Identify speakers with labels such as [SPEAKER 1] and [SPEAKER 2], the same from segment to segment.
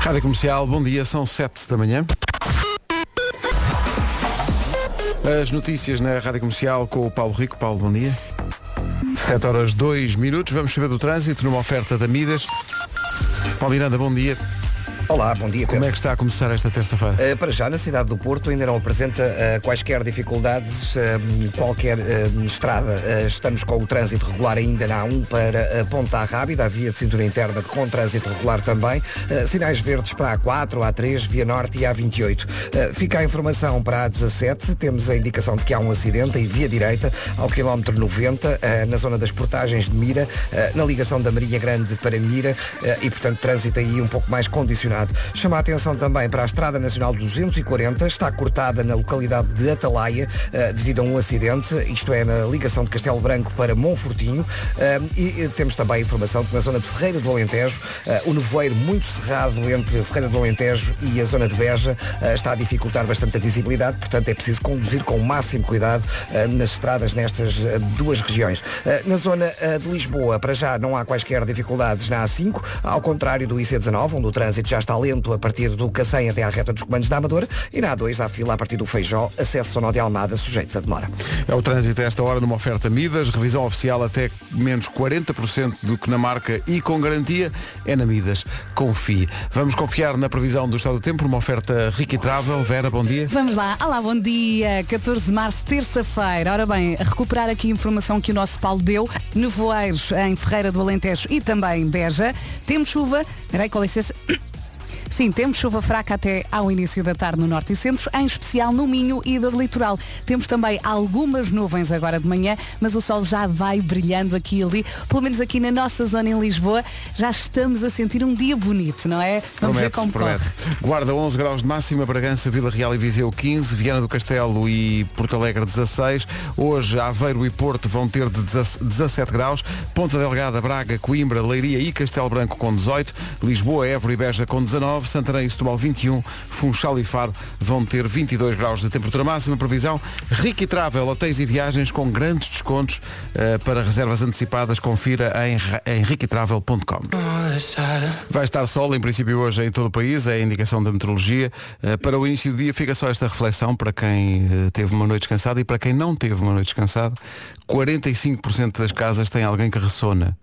[SPEAKER 1] Rádio Comercial, bom dia, são 7 da manhã. As notícias na Rádio Comercial com o Paulo Rico. Paulo, bom dia. 7 horas 2 minutos, vamos saber do trânsito numa oferta da Midas. Paulo Miranda, bom dia.
[SPEAKER 2] Olá, bom dia.
[SPEAKER 1] Como
[SPEAKER 2] Pedro.
[SPEAKER 1] é que está a começar esta terça-feira?
[SPEAKER 2] Eh, para já, na cidade do Porto ainda não apresenta eh, quaisquer dificuldades, eh, qualquer eh, estrada. Eh, estamos com o trânsito regular ainda na A1 para a Ponta Rábida, a via de cintura interna com trânsito regular também. Eh, sinais verdes para a A4, A3, Via Norte e A28. Eh, fica a informação para a A17. Temos a indicação de que há um acidente em via direita, ao quilómetro 90, eh, na zona das portagens de Mira, eh, na ligação da Marinha Grande para Mira, eh, e portanto trânsito aí um pouco mais condicionado. Chama a atenção também para a Estrada Nacional 240, está cortada na localidade de Atalaia eh, devido a um acidente, isto é, na ligação de Castelo Branco para Monfortinho, eh, e eh, temos também a informação de que na zona de Ferreira do Alentejo, eh, o nevoeiro muito cerrado entre Ferreira do Alentejo e a zona de Beja eh, está a dificultar bastante a visibilidade, portanto é preciso conduzir com o máximo cuidado eh, nas estradas nestas eh, duas regiões. Eh, Na zona eh, de Lisboa, para já não há quaisquer dificuldades na A5, ao contrário do IC19, onde o trânsito já está lento a partir do Cacém até à reta dos comandos da Amadora, e na A2 há fila a partir do Feijó, acesso ao Nó de Almada, sujeitos a demora.
[SPEAKER 1] É o trânsito a esta hora numa oferta Midas, revisão oficial até menos 40% do que na marca e com garantia é na Midas. Confie. Vamos confiar na previsão do estado do tempo, numa oferta rica e travel. Vera, bom dia.
[SPEAKER 3] Vamos lá, olá, bom dia, 14 de março, terça-feira. Ora bem, a recuperar aqui a informação que o nosso Paulo deu, nevoeiros em Ferreira do Alentejo e também em Beja. Temos chuva, peraí, com licença. Sim, temos chuva fraca até ao início da tarde no Norte e Centro, em especial no Minho e do Litoral. Temos também algumas nuvens agora de manhã, mas o sol já vai brilhando aqui e ali. Pelo menos aqui na nossa zona em Lisboa, já estamos a sentir um dia bonito, não é? Vamos ver como corre.
[SPEAKER 1] Guarda 11 graus de máxima, Bragança, Vila Real e Viseu 15, Viana do Castelo e Porto Alegre 16. Hoje Aveiro e Porto vão ter de 17 17 graus, Ponta Delgada, Braga, Coimbra, Leiria e Castelo Branco com 18, Lisboa, Évora e Beja com 19, Santarém e Setúbal 21, Funchal e Faro vão ter 22 graus de temperatura máxima, previsão Rica e Travel, hotéis e viagens com grandes descontos eh, para reservas antecipadas, confira em, ra- em riquitravel.com. Vai estar sol, em princípio, hoje em todo o país, é a indicação da meteorologia. Eh, Para o início do dia fica só esta reflexão para quem eh, teve uma noite descansada e para quem não teve uma noite descansada, 45% das casas têm alguém que ressona.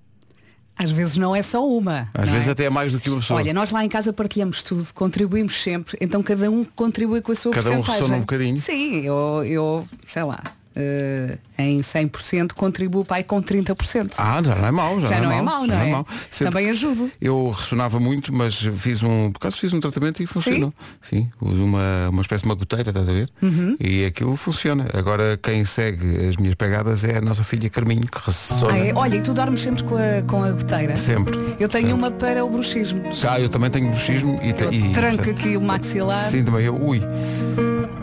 [SPEAKER 3] Às vezes não é só uma.
[SPEAKER 1] Às
[SPEAKER 3] não
[SPEAKER 1] vezes
[SPEAKER 3] é?
[SPEAKER 1] até é mais do que uma pessoa.
[SPEAKER 3] Olha, nós lá em casa partilhamos tudo, contribuímos sempre, então cada um contribui com a sua
[SPEAKER 1] Cada um
[SPEAKER 3] porcentagem.
[SPEAKER 1] ressona um bocadinho.
[SPEAKER 3] Sim, eu, eu sei lá, eh, em 100% contribuo pai com 30%.
[SPEAKER 1] Ah, já não é mau, já,
[SPEAKER 3] Já não é
[SPEAKER 1] mau,
[SPEAKER 3] mau,
[SPEAKER 1] já
[SPEAKER 3] não é?
[SPEAKER 1] mau. Sendo
[SPEAKER 3] Também
[SPEAKER 1] que
[SPEAKER 3] ajudo.
[SPEAKER 1] Eu ressonava muito, mas fiz um, por acaso fiz um tratamento e funcionou. Sim, uso uma, uma espécie de uma goteira, estás a ver?
[SPEAKER 3] Uhum.
[SPEAKER 1] E aquilo funciona. Agora quem segue as minhas pegadas é a nossa filha Carminho, que ressona
[SPEAKER 3] Ah, é? Olha, e tu dormes sempre com a, com a goteira?
[SPEAKER 1] sempre.
[SPEAKER 3] Eu tenho
[SPEAKER 1] Sempre.
[SPEAKER 3] uma para o bruxismo.
[SPEAKER 1] Ah, eu também tenho bruxismo e, te-
[SPEAKER 3] Eu
[SPEAKER 1] e
[SPEAKER 3] tranco aqui o maxilar.
[SPEAKER 1] Sim, também eu, ui.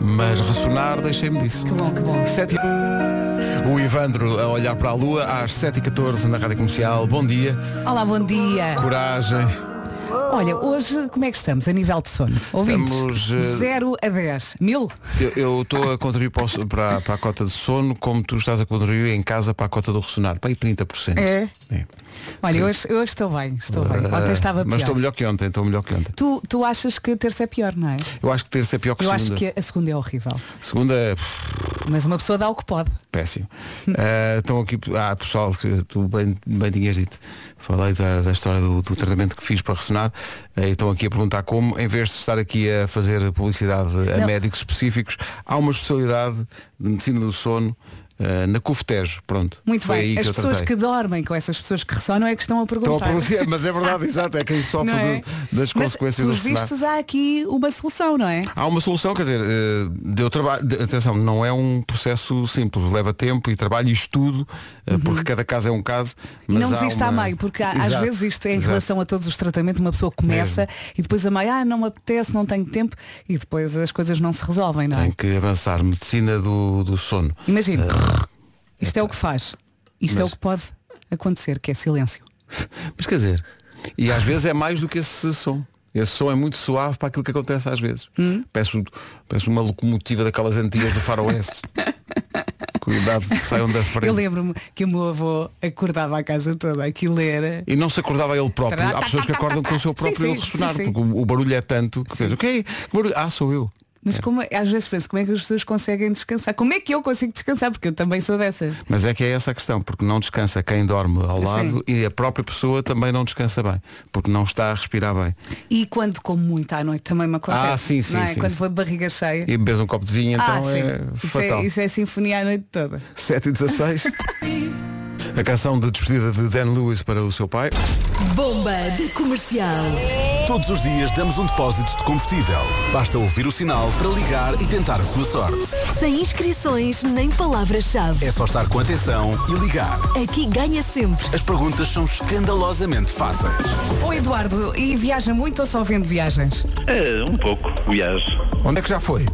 [SPEAKER 1] Mas ressonar, deixei-me disso.
[SPEAKER 3] Que bom, que bom.
[SPEAKER 1] Sete e- O Ivandro a olhar para a lua às 7h14 na Rádio Comercial. Bom dia,
[SPEAKER 3] Olá, bom dia.
[SPEAKER 1] coragem.
[SPEAKER 3] Olha, hoje como é que estamos a nível de sono? Ouvintes,
[SPEAKER 1] Estamos, eh,
[SPEAKER 3] 0 a 10. Mil?
[SPEAKER 1] Eu- Eu estou a contribuir para, o so- para- para a cota de sono como tu estás a contribuir em casa para a cota do ressonar. Para aí 30%.
[SPEAKER 3] É.
[SPEAKER 1] É.
[SPEAKER 3] Olha, hoje, hoje estou bem, estou bem. Ontem estava pior.
[SPEAKER 1] Eh, Mas estou melhor que ontem, estou melhor que ontem.
[SPEAKER 3] Tu, tu achas que terça é pior, não é?
[SPEAKER 1] Eu acho que terça é pior que
[SPEAKER 3] Eu
[SPEAKER 1] segunda.
[SPEAKER 3] acho que a segunda é horrível.
[SPEAKER 1] Segunda, é, pff,
[SPEAKER 3] Mas uma pessoa dá o que pode.
[SPEAKER 1] Péssimo. Ah, estão aqui, ah, pessoal, que tu bem, bem tinhas dito. Falei da, da história do, do tratamento que fiz para ressonar. Eh, e estão aqui a perguntar como, em vez de estar aqui a fazer publicidade a
[SPEAKER 3] Não.
[SPEAKER 1] médicos específicos, há uma especialidade de medicina do sono ah, na Cofetejo. Pronto.
[SPEAKER 3] Muito
[SPEAKER 1] Foi aí
[SPEAKER 3] bem. As
[SPEAKER 1] eu
[SPEAKER 3] pessoas
[SPEAKER 1] tratei.
[SPEAKER 3] que dormem com essas pessoas que ressonam é que estão a perguntar.
[SPEAKER 1] Estão a pronunciar, mas é verdade, exato, é quem sofre
[SPEAKER 3] Não é?
[SPEAKER 1] do- das
[SPEAKER 3] Mas,
[SPEAKER 1] consequências do
[SPEAKER 3] pelos
[SPEAKER 1] ressonar.
[SPEAKER 3] vistos há aqui uma solução, não é?
[SPEAKER 1] Há uma solução, quer dizer, eh, deu trabalho, de- atenção, não é um processo simples, leva tempo e trabalho e estudo, eh, porque cada caso é um caso.
[SPEAKER 3] E
[SPEAKER 1] Mas
[SPEAKER 3] Uhum. não
[SPEAKER 1] há
[SPEAKER 3] desista
[SPEAKER 1] uma...
[SPEAKER 3] a meio, porque há- às
[SPEAKER 1] Exato,
[SPEAKER 3] vezes isto é em
[SPEAKER 1] exato.
[SPEAKER 3] relação a todos os tratamentos, uma pessoa começa e depois a meio, ah, não me apetece, não tenho tempo e depois as coisas não se resolvem, não é?
[SPEAKER 1] Tem que avançar, medicina do, do sono.
[SPEAKER 3] Imagina, isto é o que faz, isto é o
[SPEAKER 1] Eh, Mas-
[SPEAKER 3] que pode acontecer, que é silêncio.
[SPEAKER 1] Mas quer dizer, e às vezes é mais do que esse som. Esse som é muito suave para aquilo que acontece
[SPEAKER 3] Hum?
[SPEAKER 1] às vezes. Peço, peço uma locomotiva daquelas antigas do faroeste. Cuidado, saiam da frente.
[SPEAKER 3] Eu lembro-me que o meu avô acordava a casa toda, aquilo era.
[SPEAKER 1] E não se acordava ele próprio. Há pessoas que acordam com o seu próprio
[SPEAKER 3] Sim, sim,
[SPEAKER 1] ressonar,
[SPEAKER 3] sim, sim.
[SPEAKER 1] porque o o barulho é tanto que fez, ok, que barulho? Ah, sou eu.
[SPEAKER 3] Mas como, às vezes penso, como é que as pessoas conseguem descansar? Como é que eu consigo descansar? Porque eu também sou dessas.
[SPEAKER 1] Mas é que é essa a questão, porque não descansa quem dorme ao lado e a própria pessoa também não descansa bem, porque não está a respirar bem.
[SPEAKER 3] E quando como muito à noite também me acontece.
[SPEAKER 1] Ah, sim, sim,
[SPEAKER 3] não é?
[SPEAKER 1] sim,
[SPEAKER 3] Quando
[SPEAKER 1] sim.
[SPEAKER 3] vou de barriga cheia.
[SPEAKER 1] E bebes um copo de vinho,
[SPEAKER 3] ah,
[SPEAKER 1] então
[SPEAKER 3] sim.
[SPEAKER 1] é
[SPEAKER 3] isso, é,
[SPEAKER 1] fatal.
[SPEAKER 3] isso é sinfonia a noite toda.
[SPEAKER 1] 7 e 16. A canção de despedida de Dan Lewis para o seu pai.
[SPEAKER 4] Bomba de comercial.
[SPEAKER 5] Todos os dias damos um depósito de combustível. Basta ouvir o sinal para ligar e tentar a sua sorte.
[SPEAKER 4] Sem inscrições nem palavras-chave.
[SPEAKER 5] É só estar com atenção e ligar.
[SPEAKER 4] Aqui ganha sempre.
[SPEAKER 5] As perguntas são escandalosamente fáceis.
[SPEAKER 3] Ô Eduardo, e viaja muito ou só vende viagens?
[SPEAKER 6] É, um pouco, viajo.
[SPEAKER 1] Onde é que já foi?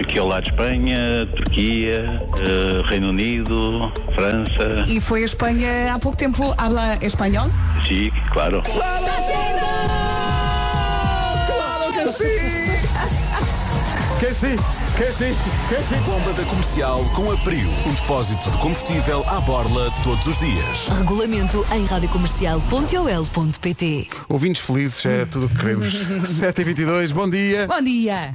[SPEAKER 6] Aqui ao lado de Espanha, Turquia, eh, Reino Unido, França.
[SPEAKER 3] E foi a Espanha há pouco tempo, habla espanhol?
[SPEAKER 6] Sim, claro.
[SPEAKER 1] Que sim, que sim, que sim.
[SPEAKER 5] Bomba da comercial com Aprio. Um depósito de combustível à borla todos os dias.
[SPEAKER 4] Regulamento em radiocomercial.ol.pt
[SPEAKER 1] Ouvintes felizes é tudo o que queremos. 7 e 22, bom dia.
[SPEAKER 3] Bom dia!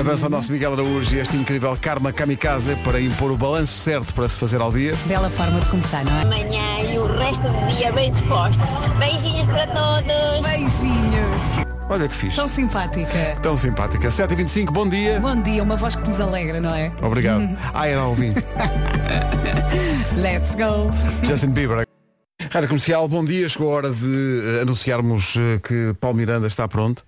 [SPEAKER 1] Avança o nosso Miguel Araújo e este incrível Karma Kamikaze para impor o balanço certo para se fazer ao dia.
[SPEAKER 3] Bela forma de começar, não é?
[SPEAKER 7] amanhã e o resto do dia bem disposta. Beijinhos para todos.
[SPEAKER 3] Beijinhos!
[SPEAKER 1] Olha que fixe.
[SPEAKER 3] Tão simpática.
[SPEAKER 1] Tão simpática. 7 e 25, bom dia.
[SPEAKER 3] Bom dia, uma voz que nos alegra, não é?
[SPEAKER 1] Obrigado. Ah, era ao ouvinte.
[SPEAKER 3] Let's go!
[SPEAKER 1] Justin Bieber. Rádio Comercial, bom dia. Chegou a hora de eh, anunciarmos eh, que Paulo Miranda está pronto.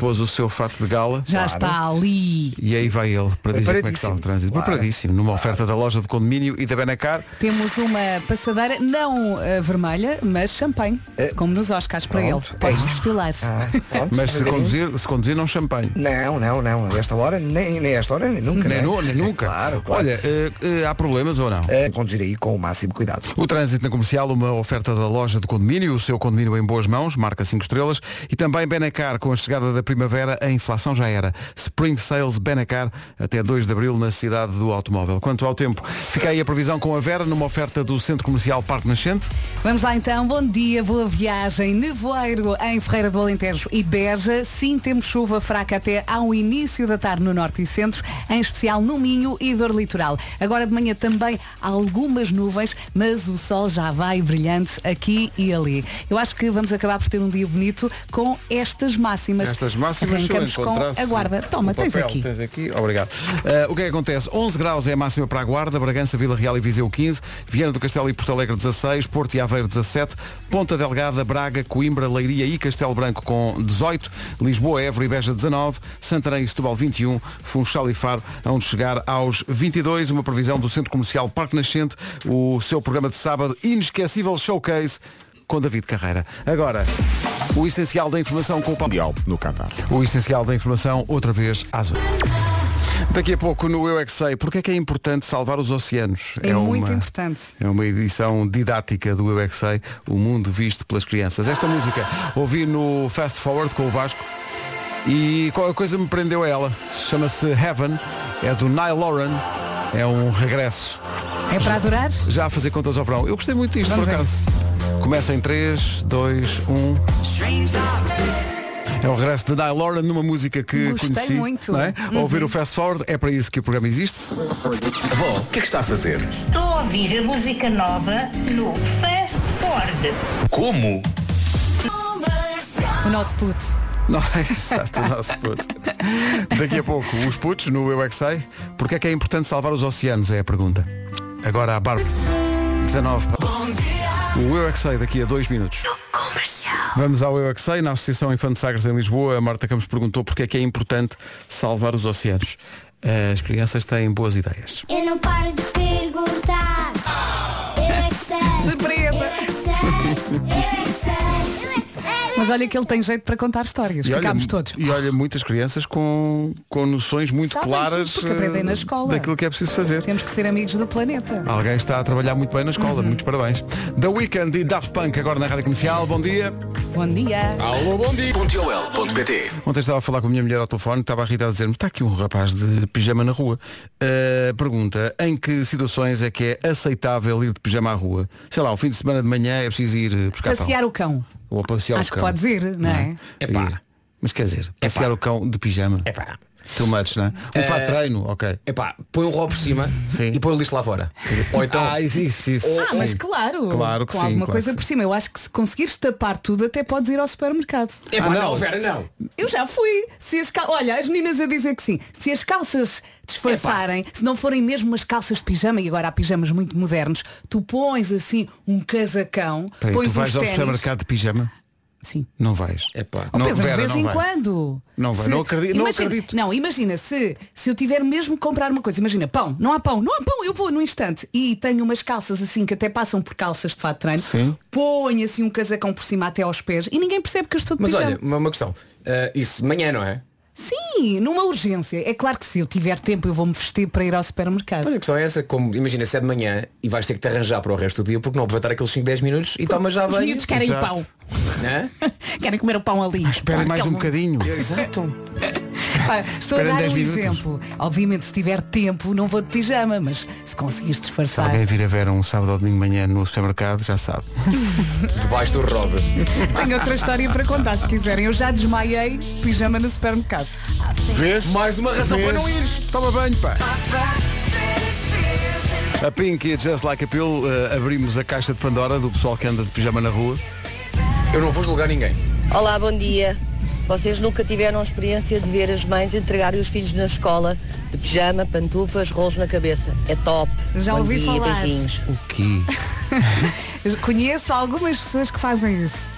[SPEAKER 1] Pôs o seu fato de gala. Ah,
[SPEAKER 3] Já está ali.
[SPEAKER 1] E aí vai ele para dizer como é que está o
[SPEAKER 2] Preparadíssimo.
[SPEAKER 1] trânsito.
[SPEAKER 2] Claro.
[SPEAKER 1] Preparadíssimo, numa oferta da loja de condomínio e da Benacar.
[SPEAKER 3] Temos uma passadeira, não eh, vermelha, mas champanhe, como nos Oscars para ele.
[SPEAKER 2] Eh, pronto. É
[SPEAKER 3] Podes
[SPEAKER 2] isso.
[SPEAKER 3] desfilar.
[SPEAKER 2] Ah, pronto,
[SPEAKER 1] Mas se
[SPEAKER 2] devagarinho.
[SPEAKER 1] conduzir, se conduzir não champanhe.
[SPEAKER 2] Não, não, não. A esta hora, nem, nem a esta hora, nem nunca.
[SPEAKER 1] Nem,
[SPEAKER 2] né?
[SPEAKER 1] nu- nem nunca.
[SPEAKER 2] Claro, claro.
[SPEAKER 1] Olha, eh, eh, há problemas ou não?
[SPEAKER 2] A conduzir aí com o máximo cuidado.
[SPEAKER 1] O trânsito na comercial, uma oferta da loja de condomínio, o seu condomínio em boas mãos, marca 5 estrelas, e também Benacar, com a chegada da primavera, a inflação já era. Spring Sales Benacar, até 2 de abril, na cidade do automóvel. Quanto ao tempo, fica aí a previsão com a Vera, numa oferta do Centro Comercial Parque Nascente.
[SPEAKER 3] Vamos lá então, bom dia, boa viagem. Nevoeiro em Ferreira do Alentejo e Berja. Sim, temos chuva fraca até ao início da tarde no Norte e Centro, em especial no Minho e Dor Litoral. Agora de manhã também algumas nuvens, mas o sol já vai brilhante aqui e ali. Eu acho que vamos acabar por ter um dia bonito com estas máximas.
[SPEAKER 1] Estas máximas se eu
[SPEAKER 3] Arrancamos com
[SPEAKER 1] encontrasse
[SPEAKER 3] a guarda. Toma,
[SPEAKER 1] o papel,
[SPEAKER 3] tens aqui.
[SPEAKER 1] Tens aqui. Obrigado. Eh, o que é que acontece? 11 graus é a máxima para a guarda, Bragança, Vila Real e Viseu 15, Viana do Castelo e Porto Alegre 16, Porto e Aveiro 17, Ponta Delgada, Braga, Coimbra, Leiria e Castelo Branco com 18, Lisboa, Évora e Beja 19, Santarém e Setúbal 21, Funchal e Faro onde chegar aos 22, uma previsão do Centro Comercial Parque Nascente, o seu programa de sábado inesquecível showcase com David Carreira. Agora, o essencial da informação com o Paulo.
[SPEAKER 8] Mundial no Qatar.
[SPEAKER 1] O essencial da informação, outra vez, às oito. Daqui a pouco no Eu É Que Sei, porque é que é importante salvar os oceanos?
[SPEAKER 3] É muito importante.
[SPEAKER 1] É uma edição didática do Eu É Que Sei, o mundo visto pelas crianças. Esta música ouvi no Fast Forward com o Vasco e qual coisa me prendeu a ela. Chama-se Heaven, é do Nile Lauren, é um regresso.
[SPEAKER 3] É para adorar?
[SPEAKER 1] Já a fazer contas ao verão. Eu gostei muito disto,
[SPEAKER 3] Vamos
[SPEAKER 1] por
[SPEAKER 3] a
[SPEAKER 1] acaso. Começa em 3, 2, 1. É o regresso de Nile Lauren numa música que
[SPEAKER 3] Gostei
[SPEAKER 1] conheci.
[SPEAKER 3] muito. Uhum.
[SPEAKER 1] não é? Ouvir o Fast Forward, é para isso que o programa existe.
[SPEAKER 5] Avó, o que é que está a fazer?
[SPEAKER 9] Estou a ouvir a música nova no Fast Ford.
[SPEAKER 5] Como?
[SPEAKER 3] O nosso puto.
[SPEAKER 1] Não, é exato, o nosso puto. Daqui a pouco, os putos no Eu é que Sei. Porque é que é importante salvar os oceanos? É a pergunta. Agora a Bárbara. 19. O Eu é que Sei daqui a dois minutos. Vamos ao Eu é que Sei. Na Associação Infante Sagres em Lisboa, a Marta Campos perguntou porque é que é importante salvar os oceanos. As crianças têm boas ideias.
[SPEAKER 10] Eu não paro de perguntar. Eu é que sei.
[SPEAKER 3] Surpresa!
[SPEAKER 10] Eu é que sei. Eu é que sei. Eu é que sei.
[SPEAKER 3] Mas olha que ele tem jeito para contar histórias.
[SPEAKER 1] E olha,
[SPEAKER 3] Ficámos todos.
[SPEAKER 1] E olha, muitas crianças com, com noções muito
[SPEAKER 3] Sabem
[SPEAKER 1] claras
[SPEAKER 3] tudo, porque aprendem na
[SPEAKER 1] eh,
[SPEAKER 3] escola.
[SPEAKER 1] daquilo que é preciso fazer.
[SPEAKER 3] Temos que ser amigos do planeta.
[SPEAKER 1] Alguém está a trabalhar muito bem na escola, muitos parabéns. The Weekend e Daft Punk agora na Rádio Comercial, bom dia.
[SPEAKER 3] Bom
[SPEAKER 1] Ah,
[SPEAKER 3] dia.
[SPEAKER 1] Ontem estava a falar com a minha mulher ao telefone, estava a Rita a dizer-me, está aqui um rapaz de pijama na rua. Eh, pergunta, em que situações é que é aceitável ir de pijama à rua? Sei lá, o fim de semana de manhã é preciso ir buscar
[SPEAKER 3] Passear
[SPEAKER 1] pão.
[SPEAKER 3] o cão.
[SPEAKER 1] Ou passear
[SPEAKER 3] Acho
[SPEAKER 1] o
[SPEAKER 3] que
[SPEAKER 1] Um cão.
[SPEAKER 3] podes ir, não é?
[SPEAKER 1] Epá. Mas quer dizer, passear o cão de pijama. É pá. Too much, não é? Um fato de treino, ok.
[SPEAKER 8] Eh, Epá, põe um rol por cima
[SPEAKER 1] Sim.
[SPEAKER 8] e põe o lixo lá fora. Ou então,
[SPEAKER 1] Ah, isso, isso, isso.
[SPEAKER 3] Ah, mas
[SPEAKER 1] Sim.
[SPEAKER 3] claro,
[SPEAKER 1] Claro que
[SPEAKER 3] com
[SPEAKER 1] sim,
[SPEAKER 3] alguma
[SPEAKER 1] claro
[SPEAKER 3] coisa
[SPEAKER 1] que
[SPEAKER 3] por cima. Eu acho que se conseguires tapar tudo, até podes ir ao supermercado.
[SPEAKER 8] epá,
[SPEAKER 1] Ah,
[SPEAKER 8] não.
[SPEAKER 1] não.
[SPEAKER 8] Vera, não.
[SPEAKER 3] Eu já fui. Se as cal... Olha, as meninas a dizer que sim. Se as calças disfarçarem, se não forem mesmo umas calças de pijama, e agora há pijamas muito modernos, tu pões assim um casacão,
[SPEAKER 1] Peraí, tu
[SPEAKER 3] pões
[SPEAKER 1] vais
[SPEAKER 3] uns
[SPEAKER 1] ao
[SPEAKER 3] ténis.
[SPEAKER 1] supermercado de pijama?
[SPEAKER 3] Sim.
[SPEAKER 1] Não vais.
[SPEAKER 8] Epá.
[SPEAKER 3] Oh,
[SPEAKER 1] Não,
[SPEAKER 3] Pedro,
[SPEAKER 1] Vera,
[SPEAKER 3] de vez
[SPEAKER 1] não
[SPEAKER 3] em
[SPEAKER 1] vai.
[SPEAKER 3] quando.
[SPEAKER 1] Não vai, não acredito- não
[SPEAKER 3] imagina,
[SPEAKER 1] acredito.
[SPEAKER 3] não, imagina se, se eu tiver mesmo que comprar uma coisa, imagina, pão, não há pão, não há pão, eu vou no instante e tenho umas calças assim que até passam por calças de fato de treino,
[SPEAKER 1] Sim.
[SPEAKER 3] ponho assim um casacão por cima até aos pés e ninguém percebe que eu estou de
[SPEAKER 8] Mas
[SPEAKER 3] pijama.
[SPEAKER 8] olha, uma, uma questão.
[SPEAKER 1] Eh,
[SPEAKER 8] Ah, isso de manhã, não é?
[SPEAKER 3] Sim, numa urgência. É claro que se eu tiver tempo eu vou-me vestir para ir ao supermercado.
[SPEAKER 8] Mas a questão é essa, como imagina, se é de manhã e vais ter que te arranjar para o resto do dia porque não aproveitar aqueles 5, 10 minutos e toma já
[SPEAKER 3] Os
[SPEAKER 8] bem.
[SPEAKER 3] miúdos querem
[SPEAKER 1] Exato.
[SPEAKER 3] pão.
[SPEAKER 8] Né?
[SPEAKER 3] Querem comer o pão ali.
[SPEAKER 1] Espera
[SPEAKER 3] é
[SPEAKER 1] mais um bocadinho.
[SPEAKER 8] Exato.
[SPEAKER 3] Pá, Estou a
[SPEAKER 1] Esperem
[SPEAKER 3] dar um
[SPEAKER 1] 10 minutos.
[SPEAKER 3] exemplo. Obviamente, se tiver tempo, não vou de pijama, mas se conseguires
[SPEAKER 1] Se
[SPEAKER 3] disfarçar.
[SPEAKER 1] alguém vir a ver um sábado ou domingo de manhã no supermercado, já sabe.
[SPEAKER 8] Debaixo do robe.
[SPEAKER 3] Tenho outra história para contar, se quiserem. Eu já desmaiei de pijama no supermercado.
[SPEAKER 1] Vês?
[SPEAKER 8] Mais uma razão para não ires.
[SPEAKER 1] Toma banho, pá. A Pink e a Just Like a Pill eh, abrimos a caixa de Pandora do pessoal que anda de pijama na rua.
[SPEAKER 8] Eu não vou julgar ninguém.
[SPEAKER 7] Olá, bom dia. Vocês nunca tiveram a experiência de ver as mães entregarem os filhos na escola de pijama, pantufas, rolos na cabeça. É top.
[SPEAKER 3] Já
[SPEAKER 7] Bom
[SPEAKER 3] ouvi
[SPEAKER 7] dia,
[SPEAKER 3] falar.
[SPEAKER 7] Beijinhos.
[SPEAKER 1] O quê?
[SPEAKER 3] Conheço algumas pessoas que fazem isso.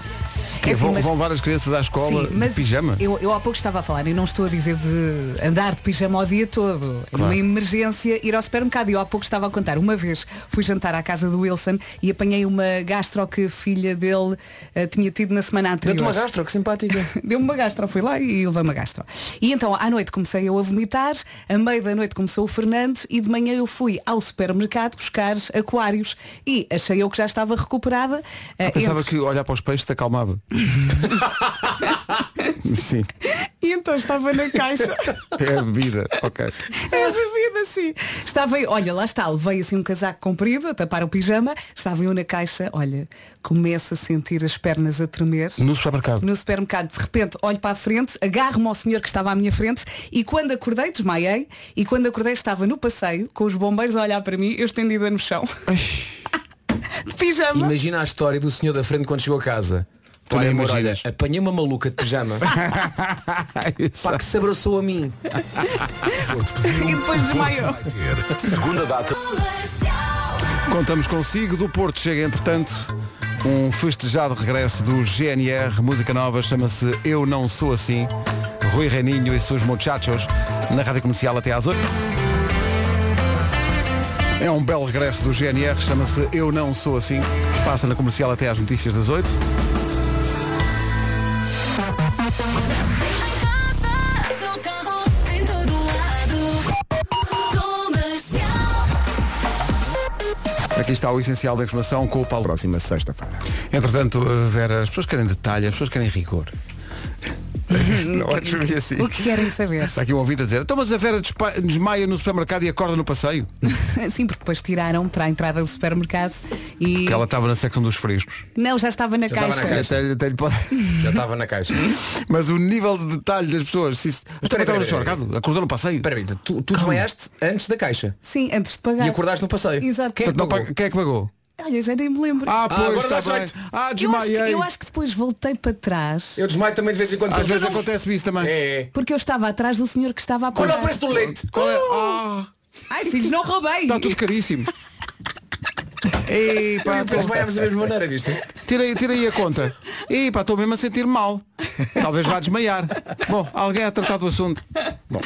[SPEAKER 3] É assim,
[SPEAKER 1] vão,
[SPEAKER 3] mas-
[SPEAKER 1] vão várias crianças à escola
[SPEAKER 3] Sim, mas
[SPEAKER 1] de pijama?
[SPEAKER 3] Eu, eu há pouco estava a falar e não estou a dizer de andar de pijama o dia todo. Numa emergência, ir ao supermercado. E eu há pouco estava a contar. Uma vez fui jantar à casa do Wilson e apanhei uma gastro que a filha dele eh, tinha tido na semana anterior.
[SPEAKER 8] Deu-te uma gastro, que simpática.
[SPEAKER 3] Deu-me uma gastro, fui lá e levei-me a gastro. E então à noite comecei eu a vomitar, a meio da noite começou o Fernando e de manhã eu fui ao supermercado buscar aquários e achei eu que já estava recuperada. eh,
[SPEAKER 1] Ah, Pensava
[SPEAKER 3] entre-
[SPEAKER 1] que olhar para os peixes te acalmava. Sim.
[SPEAKER 3] E então estava na caixa.
[SPEAKER 1] É a bebida. Ok.
[SPEAKER 3] É a bebida, sim. Estava aí, olha, lá está, levei assim um casaco comprido a tapar o pijama, estava eu na caixa, olha, começo a sentir as pernas a tremer.
[SPEAKER 1] No supermercado.
[SPEAKER 3] No supermercado, de repente, olho para a frente, agarro-me ao senhor que estava à minha frente e quando acordei, desmaiei, e quando acordei estava no passeio, com os bombeiros a olhar para mim, eu estendida no chão. de pijama.
[SPEAKER 8] Imagina a história do senhor da frente quando chegou a casa.
[SPEAKER 1] Tu nem
[SPEAKER 8] Olha, amor,
[SPEAKER 1] imaginas.
[SPEAKER 8] olha, apanhei uma maluca de pijama. Pá, que se abraçou a mim.
[SPEAKER 3] E depois desmaiou.
[SPEAKER 5] Segunda data.
[SPEAKER 1] Contamos consigo. Do Porto chega, entretanto, um festejado regresso do GNR. Música nova chama-se Eu Não Sou Assim. Rui Reininho e seus muchachos na Rádio Comercial até às 8. É um belo regresso do GNR, chama-se Eu Não Sou Assim. Passa na comercial até às notícias das 8. Aqui está o essencial da informação com o Paulo.
[SPEAKER 2] Próxima sexta-feira.
[SPEAKER 1] Entretanto, eh, Vera, as pessoas querem detalhe, as pessoas querem rigor. Não olhes para mim assim.
[SPEAKER 3] O que querem saber?
[SPEAKER 1] Está aqui um ouvido a dizer, então mas a Vera despa- desmaia no supermercado e acorda no passeio.
[SPEAKER 3] Sim, porque depois tiraram para a entrada do supermercado e.
[SPEAKER 1] Que ela estava na secção dos frescos.
[SPEAKER 3] Não, já estava na
[SPEAKER 8] Já
[SPEAKER 3] caixa.
[SPEAKER 8] estava na caixa.
[SPEAKER 1] Até- até lhe pode-
[SPEAKER 8] Já estava na caixa.
[SPEAKER 1] Mas o nível de detalhe das pessoas. Se... Espera,
[SPEAKER 8] Espera,
[SPEAKER 1] estava no
[SPEAKER 8] espera,
[SPEAKER 1] supermercado, acordou no passeio.
[SPEAKER 8] Espera aí, tu, tu desmaiaste antes da caixa.
[SPEAKER 3] Sim, antes de pagar.
[SPEAKER 8] E acordaste no passeio.
[SPEAKER 3] Exato.
[SPEAKER 8] Quem é que
[SPEAKER 1] Portanto, não
[SPEAKER 8] pagou?
[SPEAKER 1] paga- Quem é que pagou?
[SPEAKER 3] Olha, já nem me lembro.
[SPEAKER 1] Ah, pois,
[SPEAKER 8] agora
[SPEAKER 1] está
[SPEAKER 8] dá
[SPEAKER 1] bem.
[SPEAKER 8] jeito.
[SPEAKER 1] Ah,
[SPEAKER 3] eu, acho que,
[SPEAKER 1] desmaiei.
[SPEAKER 3] eu acho que depois voltei para trás.
[SPEAKER 8] Eu desmaio também de vez em quando.
[SPEAKER 1] Às
[SPEAKER 8] porque
[SPEAKER 1] vezes
[SPEAKER 8] eu não-
[SPEAKER 1] acontece isso também.
[SPEAKER 8] É, é.
[SPEAKER 3] Porque eu estava atrás do senhor que estava a
[SPEAKER 8] Olha
[SPEAKER 3] pagar.
[SPEAKER 8] o preço do leite. Uh!
[SPEAKER 1] Qual é? Ah,
[SPEAKER 3] Ai, filhos, não roubei.
[SPEAKER 1] está tudo caríssimo. Ei, pá,
[SPEAKER 8] Porque desmaiámos da mesma maneira, viste?
[SPEAKER 1] Tira aí, tira aí a conta. E pá, estou mesmo a sentir mal. Talvez vá desmaiar. Bom, alguém a tratar do assunto. Bom.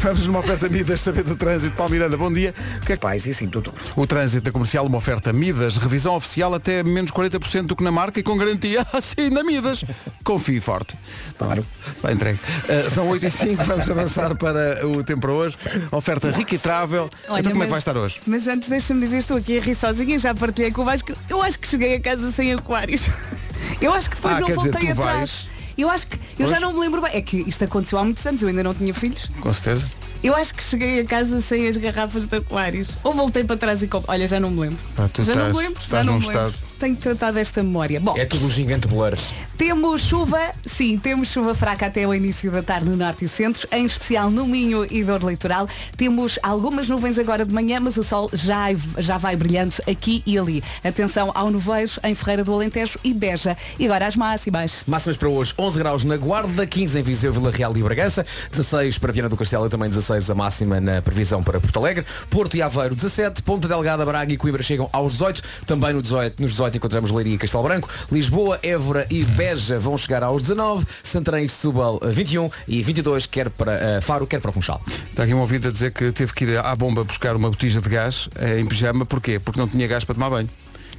[SPEAKER 1] Vamos numa oferta Midas, saber do trânsito. Paulo Miranda, bom dia. O que é que
[SPEAKER 2] faz? E assim, sim, doutor.
[SPEAKER 1] O trânsito da comercial, uma oferta Midas, revisão oficial até menos 40% do que na marca e com garantia assim na Midas. Confie forte. Claro. Está entregue. Ah, são 8 e 5 vamos avançar para o tempo para hoje. Oferta rica e travel.
[SPEAKER 3] Olha,
[SPEAKER 1] então como é
[SPEAKER 3] mas-
[SPEAKER 1] que vai estar hoje?
[SPEAKER 3] Mas antes deixa-me dizer, estou aqui a rir sozinha e já partilhei com o Vasco. Eu acho que cheguei a casa sem aquários. Eu acho que depois
[SPEAKER 1] Ah,
[SPEAKER 3] não
[SPEAKER 1] quer dizer,
[SPEAKER 3] voltei
[SPEAKER 1] tu
[SPEAKER 3] atrás.
[SPEAKER 1] vais.
[SPEAKER 3] Eu acho que. Eu já
[SPEAKER 1] Pois.
[SPEAKER 3] não me lembro bem. É que isto aconteceu há muitos anos, eu ainda não tinha filhos.
[SPEAKER 1] Com certeza.
[SPEAKER 3] Eu acho que cheguei a casa sem as garrafas de aquários. Ou voltei para trás e compro. Olha, já não me lembro.
[SPEAKER 1] Pá, Ah, tu
[SPEAKER 3] já não
[SPEAKER 1] estás-
[SPEAKER 3] me lembro. Já
[SPEAKER 1] estás
[SPEAKER 3] não
[SPEAKER 1] num
[SPEAKER 3] me lembro.
[SPEAKER 1] estado.
[SPEAKER 3] Tenho que tratar desta memória. Bom,
[SPEAKER 8] É tudo um gigante blur.
[SPEAKER 3] temos chuva, sim, temos chuva fraca até o início da tarde no Norte e Centro, em especial no Minho e Dor Litoral. Temos algumas nuvens agora de manhã, mas o sol já, já vai brilhando aqui e ali. Atenção ao nevoeiro em Ferreira do Alentejo e Beja. E agora as máximas.
[SPEAKER 8] Máximas para hoje, 11 graus na Guarda, 15 em Viseu, Vila Real e Bragança, 16 para Viana do Castelo e também 16 a máxima na previsão para Porto Alegre, Porto e Aveiro 17, Ponta Delgada, Braga e Coimbra chegam aos 18, também no 18, nos 18 encontramos Leiria e Castelo Branco, Lisboa, Évora e Beja vão chegar aos 19, Santarém e Setúbal eh, 21 e 22, quer para eh, Faro, quer para Funchal.
[SPEAKER 1] Está aqui um ouvinte a dizer que teve que ir à bomba buscar uma botija de gás eh, em pijama. Porquê? Porque não tinha gás para tomar banho.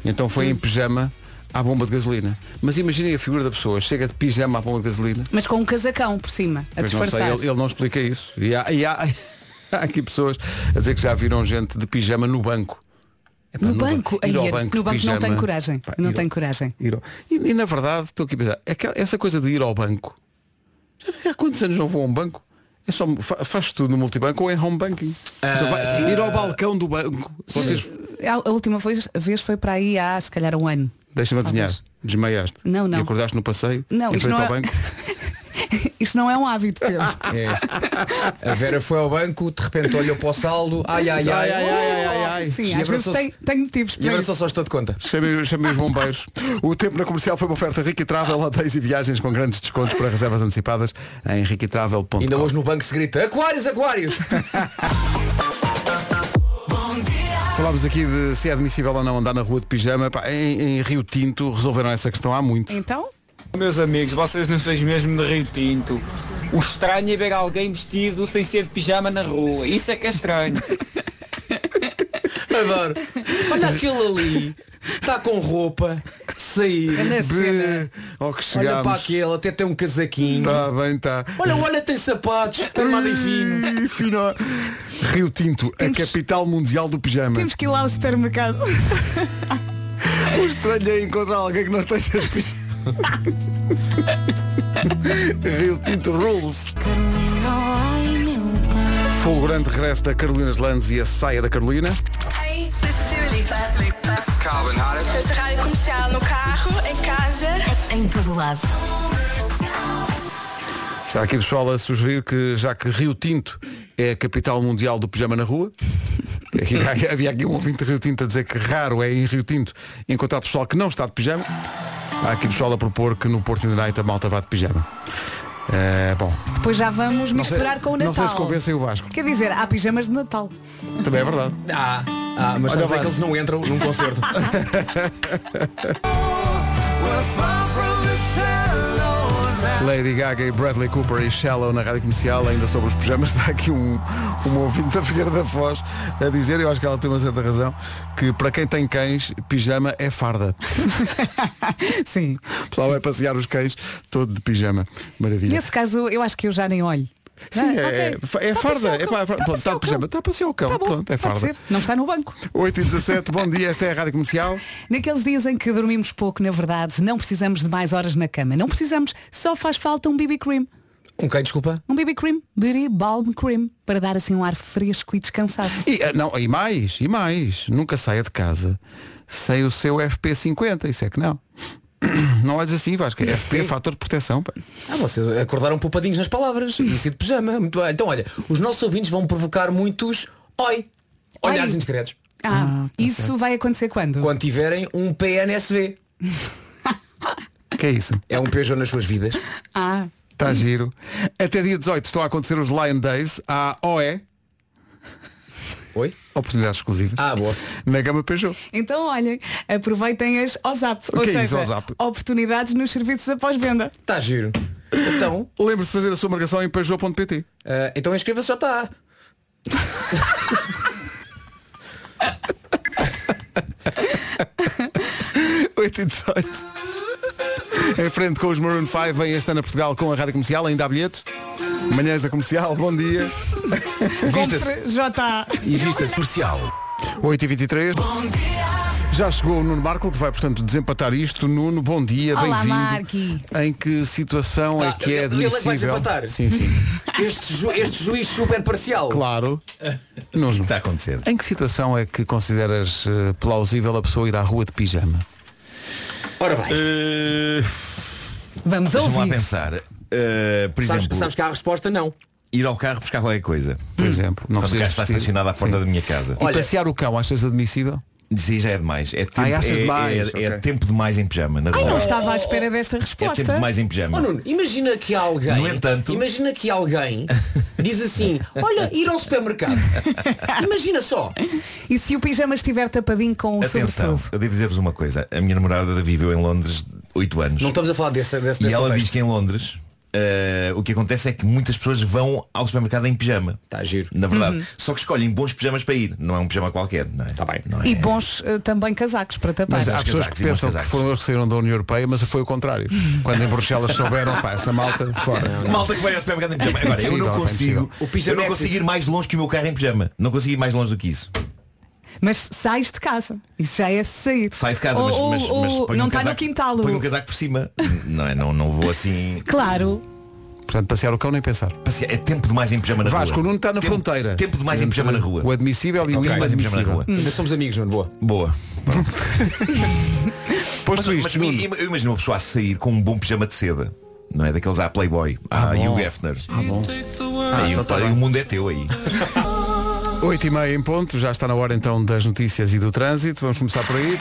[SPEAKER 1] Então foi
[SPEAKER 3] Hum.
[SPEAKER 1] em pijama à bomba de gasolina. Mas imaginem a figura da pessoa. Chega de pijama à bomba de gasolina.
[SPEAKER 3] Mas com um casacão por cima, a
[SPEAKER 1] Pois não sei,
[SPEAKER 3] disfarçar.
[SPEAKER 1] ele, ele não explica isso. E há, e há- há aqui pessoas a dizer que já viram gente de pijama no banco. Epá,
[SPEAKER 3] No
[SPEAKER 1] ba-
[SPEAKER 3] banco?
[SPEAKER 1] ir ao
[SPEAKER 3] Aí,
[SPEAKER 1] banco
[SPEAKER 3] no
[SPEAKER 1] de
[SPEAKER 3] banco não
[SPEAKER 1] pijama.
[SPEAKER 3] tenho coragem. Não tenho coragem.
[SPEAKER 1] Ir ao- E, e, na verdade, estou aqui a pensar, aquela- essa coisa de ir ao banco, já há quantos anos não vou a um banco? É só, fa- faz tudo no multibanco ou em home banking. Só
[SPEAKER 3] Ah.
[SPEAKER 1] vai- ir ao balcão do banco. Vocês,
[SPEAKER 3] A a última vez, vez foi para aí há se calhar um ano.
[SPEAKER 1] deixa-me adivinhar, desmaiaste.
[SPEAKER 3] Não, não.
[SPEAKER 1] E acordaste no passeio,
[SPEAKER 3] Não,
[SPEAKER 1] em
[SPEAKER 3] isto
[SPEAKER 1] frente
[SPEAKER 3] não
[SPEAKER 1] ao
[SPEAKER 3] é-
[SPEAKER 1] banco. É.
[SPEAKER 3] Isto não é um hábito, Pedro.
[SPEAKER 8] A Vera foi ao banco, de repente olhou para o saldo, ai ai ai,
[SPEAKER 1] Ai, ai, ai, ai, ai.
[SPEAKER 3] é um Sim,
[SPEAKER 8] E
[SPEAKER 3] às vezes
[SPEAKER 8] abraçou-se.
[SPEAKER 3] tem, tem motivos
[SPEAKER 8] e
[SPEAKER 3] para
[SPEAKER 8] agora
[SPEAKER 3] isso.
[SPEAKER 8] só só estou de conta.
[SPEAKER 1] Chamei, chamei os bombeiros. O tempo na comercial foi uma oferta Riquitravel, hotéis e viagens com grandes descontos para reservas antecipadas em riquitravel.com.
[SPEAKER 8] Ainda hoje no banco se grita, Aquários, Aquários!
[SPEAKER 1] Falámos aqui de se é admissível ou não andar na rua de pijama. Pá, em, em Rio Tinto resolveram essa questão há muito.
[SPEAKER 3] Então,
[SPEAKER 11] Meus amigos, vocês não fez mesmo de Rio Tinto. O estranho é ver alguém vestido sem ser de pijama na rua. Isso é que é estranho.
[SPEAKER 8] Adoro. Olha aquele ali. Está com roupa. Sair.
[SPEAKER 3] Grande cena.
[SPEAKER 1] Ó que
[SPEAKER 8] Olha para
[SPEAKER 1] chegámos.
[SPEAKER 8] aquele, até tem um casaquinho.
[SPEAKER 1] Está bem, tá. está.
[SPEAKER 8] Olha, olha, tem sapatos. Armado e fino.
[SPEAKER 1] Rio Tinto,
[SPEAKER 3] Temos-
[SPEAKER 1] a capital mundial do pijama.
[SPEAKER 3] temos que ir lá ao supermercado.
[SPEAKER 1] O estranho é encontrar alguém que não esteja de pijama. Rio Tinto Rules. Fulgurante regresso da Carolina Landes e a saia da Carolina.
[SPEAKER 12] Hey, this is Dua Lipa. Desde a rádio comercial, no carro, em casa.
[SPEAKER 4] Em todo lado.
[SPEAKER 1] Está aqui pessoal a sugerir que já que Rio Tinto é a capital mundial do pijama na rua, aqui- havia aqui um ouvinte de Rio Tinto a dizer que raro é em Rio Tinto encontrar pessoal que não está de pijama. Há aqui pessoal a propor que no Porto in the Night a malta vá de pijama. É, bom,
[SPEAKER 3] Depois já vamos
[SPEAKER 1] Não sei-
[SPEAKER 3] misturar com o Natal.
[SPEAKER 1] não sei se convencem o Vasco.
[SPEAKER 3] Quer dizer, há pijamas de Natal.
[SPEAKER 1] também é verdade.
[SPEAKER 8] Ah, ah mas sabes
[SPEAKER 1] Olha,
[SPEAKER 8] bem
[SPEAKER 1] vai.
[SPEAKER 8] que eles não entram num concerto.
[SPEAKER 1] Lady Gaga e Bradley Cooper e Shallow na rádio comercial, ainda sobre os pijamas, está aqui um, um ouvinte da Figueira da Foz a dizer, eu acho que ela tem uma certa razão, que para quem tem cães, pijama é farda.
[SPEAKER 3] Sim.
[SPEAKER 1] O pessoal vai passear os cães todo de pijama. Maravilha.
[SPEAKER 3] Nesse caso, eu acho que eu já nem olho.
[SPEAKER 1] Sim,
[SPEAKER 3] Ah,
[SPEAKER 1] é,
[SPEAKER 3] ok.
[SPEAKER 1] é, é
[SPEAKER 3] Tá
[SPEAKER 1] farda.
[SPEAKER 3] passear o
[SPEAKER 1] É,
[SPEAKER 3] cão.
[SPEAKER 1] pá, pronto, está de pijama. Está a passear o cão.
[SPEAKER 3] Tá bom,
[SPEAKER 1] pronto, é
[SPEAKER 3] pode
[SPEAKER 1] farda.
[SPEAKER 3] ser. Não está no banco.
[SPEAKER 1] 8 e 17 bom dia, esta é a Rádio Comercial.
[SPEAKER 3] Naqueles dias em que dormimos pouco, na verdade, não precisamos de mais horas na cama. Não precisamos, só faz falta um BB cream.
[SPEAKER 8] um quem, desculpa?
[SPEAKER 3] Um BB cream, BB balm cream, para dar assim um ar fresco e descansado.
[SPEAKER 1] E, ah, não, e mais, e mais, nunca saia de casa sem o seu FP50, isso é que não. Não olhes assim, Vasco, é FP, fator de proteção. pá.
[SPEAKER 8] Ah, vocês acordaram poupadinhos nas palavras. Isso é de pijama. Muito bem. Então, olha, os nossos ouvintes vão provocar muitos oi. Olhares
[SPEAKER 3] Oi.
[SPEAKER 8] indiscretos.
[SPEAKER 3] Ah, isso vai acontecer quando?
[SPEAKER 8] Quando tiverem um PNSV.
[SPEAKER 1] Que é isso?
[SPEAKER 8] É um Peugeot nas suas vidas.
[SPEAKER 3] Ah,
[SPEAKER 1] Está giro. Até dia 18 estão a acontecer os Lion Days à OE,
[SPEAKER 8] Oi?
[SPEAKER 1] oportunidades exclusivas,
[SPEAKER 8] Ah, boa.
[SPEAKER 1] na gama Peugeot.
[SPEAKER 3] então olhem, aproveitem as OZAP,
[SPEAKER 1] O
[SPEAKER 3] ou
[SPEAKER 1] que é
[SPEAKER 3] seja,
[SPEAKER 1] isso, OZAP?
[SPEAKER 3] oportunidades nos serviços após-venda.
[SPEAKER 8] Está giro. Então?
[SPEAKER 1] Lembre-se de fazer a sua marcação em peugeot.pt.
[SPEAKER 8] então inscreva-se já está.
[SPEAKER 1] Oito e 18. Em frente com os Maroon 5, vem este ano a Portugal com a Rádio Comercial, ainda há bilhetes. Manhãs da Comercial, bom dia.
[SPEAKER 8] Vista-se.
[SPEAKER 3] Já está.
[SPEAKER 8] E vista social.
[SPEAKER 1] 8h23. Já chegou o Nuno Marco, que vai, portanto, desempatar isto. Nuno, bom dia,
[SPEAKER 3] Olá,
[SPEAKER 1] bem-vindo.
[SPEAKER 3] Marqui.
[SPEAKER 1] Em que situação
[SPEAKER 13] Ah,
[SPEAKER 1] é que é
[SPEAKER 8] Ele é
[SPEAKER 1] admissível?
[SPEAKER 8] que vai desempatar.
[SPEAKER 1] Sim, sim.
[SPEAKER 8] Este, ju- este juiz super parcial.
[SPEAKER 1] Claro. Nuno,
[SPEAKER 13] Está a acontecer.
[SPEAKER 1] em que situação é que consideras eh, plausível a pessoa ir à rua de pijama?
[SPEAKER 8] Ora bem.
[SPEAKER 3] Vamos
[SPEAKER 13] Deixa-me lá
[SPEAKER 3] ouvir.
[SPEAKER 13] pensar. Eh, por
[SPEAKER 8] sabes,
[SPEAKER 13] exemplo,
[SPEAKER 8] sabes que há a resposta não.
[SPEAKER 13] ir ao carro buscar qualquer coisa.
[SPEAKER 1] Por exemplo, não
[SPEAKER 13] Quando o
[SPEAKER 1] precisas
[SPEAKER 13] carro está
[SPEAKER 1] vestir.
[SPEAKER 13] estacionado à porta
[SPEAKER 1] Sim.
[SPEAKER 13] da minha casa.
[SPEAKER 1] E passear o cão, achas admissível?
[SPEAKER 13] Sim, já é demais. É tempo,
[SPEAKER 1] Ai, achas
[SPEAKER 13] é-
[SPEAKER 1] demais,
[SPEAKER 13] é- é
[SPEAKER 1] ok.
[SPEAKER 13] tempo demais em pijama, na
[SPEAKER 3] Ai,
[SPEAKER 13] verdade.
[SPEAKER 3] não estava à espera desta
[SPEAKER 13] É
[SPEAKER 3] resposta.
[SPEAKER 13] tempo demais em pijama.
[SPEAKER 8] Oh, Nuno, imagina que alguém.
[SPEAKER 13] No entanto-
[SPEAKER 8] Imagina que alguém diz assim, olha, ir ao supermercado. imagina só.
[SPEAKER 3] E se o pijama estiver tapadinho com o
[SPEAKER 13] Atenção,
[SPEAKER 3] sobretudo?
[SPEAKER 13] eu devo dizer-vos uma coisa. A minha namorada viveu em Londres 8 anos.
[SPEAKER 8] Não estamos a falar desse, desse,
[SPEAKER 13] E
[SPEAKER 8] desse
[SPEAKER 13] ela
[SPEAKER 8] contexto.
[SPEAKER 13] diz que é um em Londres eh, o que acontece é que muitas pessoas vão ao supermercado em pijama.
[SPEAKER 8] Está giro.
[SPEAKER 13] Na verdade. Só que escolhem bons pijamas para ir. Não é um pijama qualquer, não é? Está bem. Não é?
[SPEAKER 3] E bons eh, também casacos para tapar.
[SPEAKER 1] Mas há
[SPEAKER 13] Bons
[SPEAKER 1] pessoas
[SPEAKER 13] casacos
[SPEAKER 1] que
[SPEAKER 13] e bons
[SPEAKER 1] pensam que
[SPEAKER 13] casacos.
[SPEAKER 1] foram eles que saíram da União Europeia, mas foi o contrário. Quando em Bruxelas souberam, pá, essa malta, fora.
[SPEAKER 13] Malta que vai ao supermercado em pijama. Agora, eu
[SPEAKER 1] Impossível,
[SPEAKER 13] não
[SPEAKER 1] pá,
[SPEAKER 13] consigo.
[SPEAKER 1] impossível.
[SPEAKER 8] O pijama
[SPEAKER 13] Eu não
[SPEAKER 8] é
[SPEAKER 13] consigo
[SPEAKER 8] exit.
[SPEAKER 13] ir mais longe que o meu carro em pijama. Não consigo ir mais longe do que isso.
[SPEAKER 3] Mas sais de casa. Isso já é sair.
[SPEAKER 13] Sai de casa,
[SPEAKER 3] Ou-
[SPEAKER 13] mas, mas,
[SPEAKER 3] ou-
[SPEAKER 13] mas
[SPEAKER 3] ou
[SPEAKER 13] ponho
[SPEAKER 3] não
[SPEAKER 13] um
[SPEAKER 3] está
[SPEAKER 13] casaco,
[SPEAKER 3] no quintal.
[SPEAKER 13] Ponho um casaco por cima. não, é, não, não vou assim.
[SPEAKER 3] Claro.
[SPEAKER 1] Portanto, passear o cão nem pensar.
[SPEAKER 13] passear. É tempo demais em pijama na
[SPEAKER 1] Vasco, o
[SPEAKER 13] rua.
[SPEAKER 1] Nuno está na
[SPEAKER 13] tempo,
[SPEAKER 1] fronteira.
[SPEAKER 13] Tempo demais em
[SPEAKER 1] Entre
[SPEAKER 13] pijama na rua.
[SPEAKER 1] O admissível e o
[SPEAKER 13] Ok, mas em pijama na
[SPEAKER 1] inadmissível.
[SPEAKER 13] rua.
[SPEAKER 8] Ainda somos amigos, Nuno, boa.
[SPEAKER 13] Boa. Mas,
[SPEAKER 1] Posto
[SPEAKER 13] mas
[SPEAKER 1] isto,
[SPEAKER 13] eu
[SPEAKER 1] Nuno.
[SPEAKER 13] eu imagino uma pessoa a sair com um bom pijama de seda. Não é? Daqueles à Playboy, ah, a Hugh Hefner. Aí o- aí o mundo é teu aí.
[SPEAKER 1] 8 e meia em ponto, já está na hora então das notícias e do trânsito. Vamos começar por aí.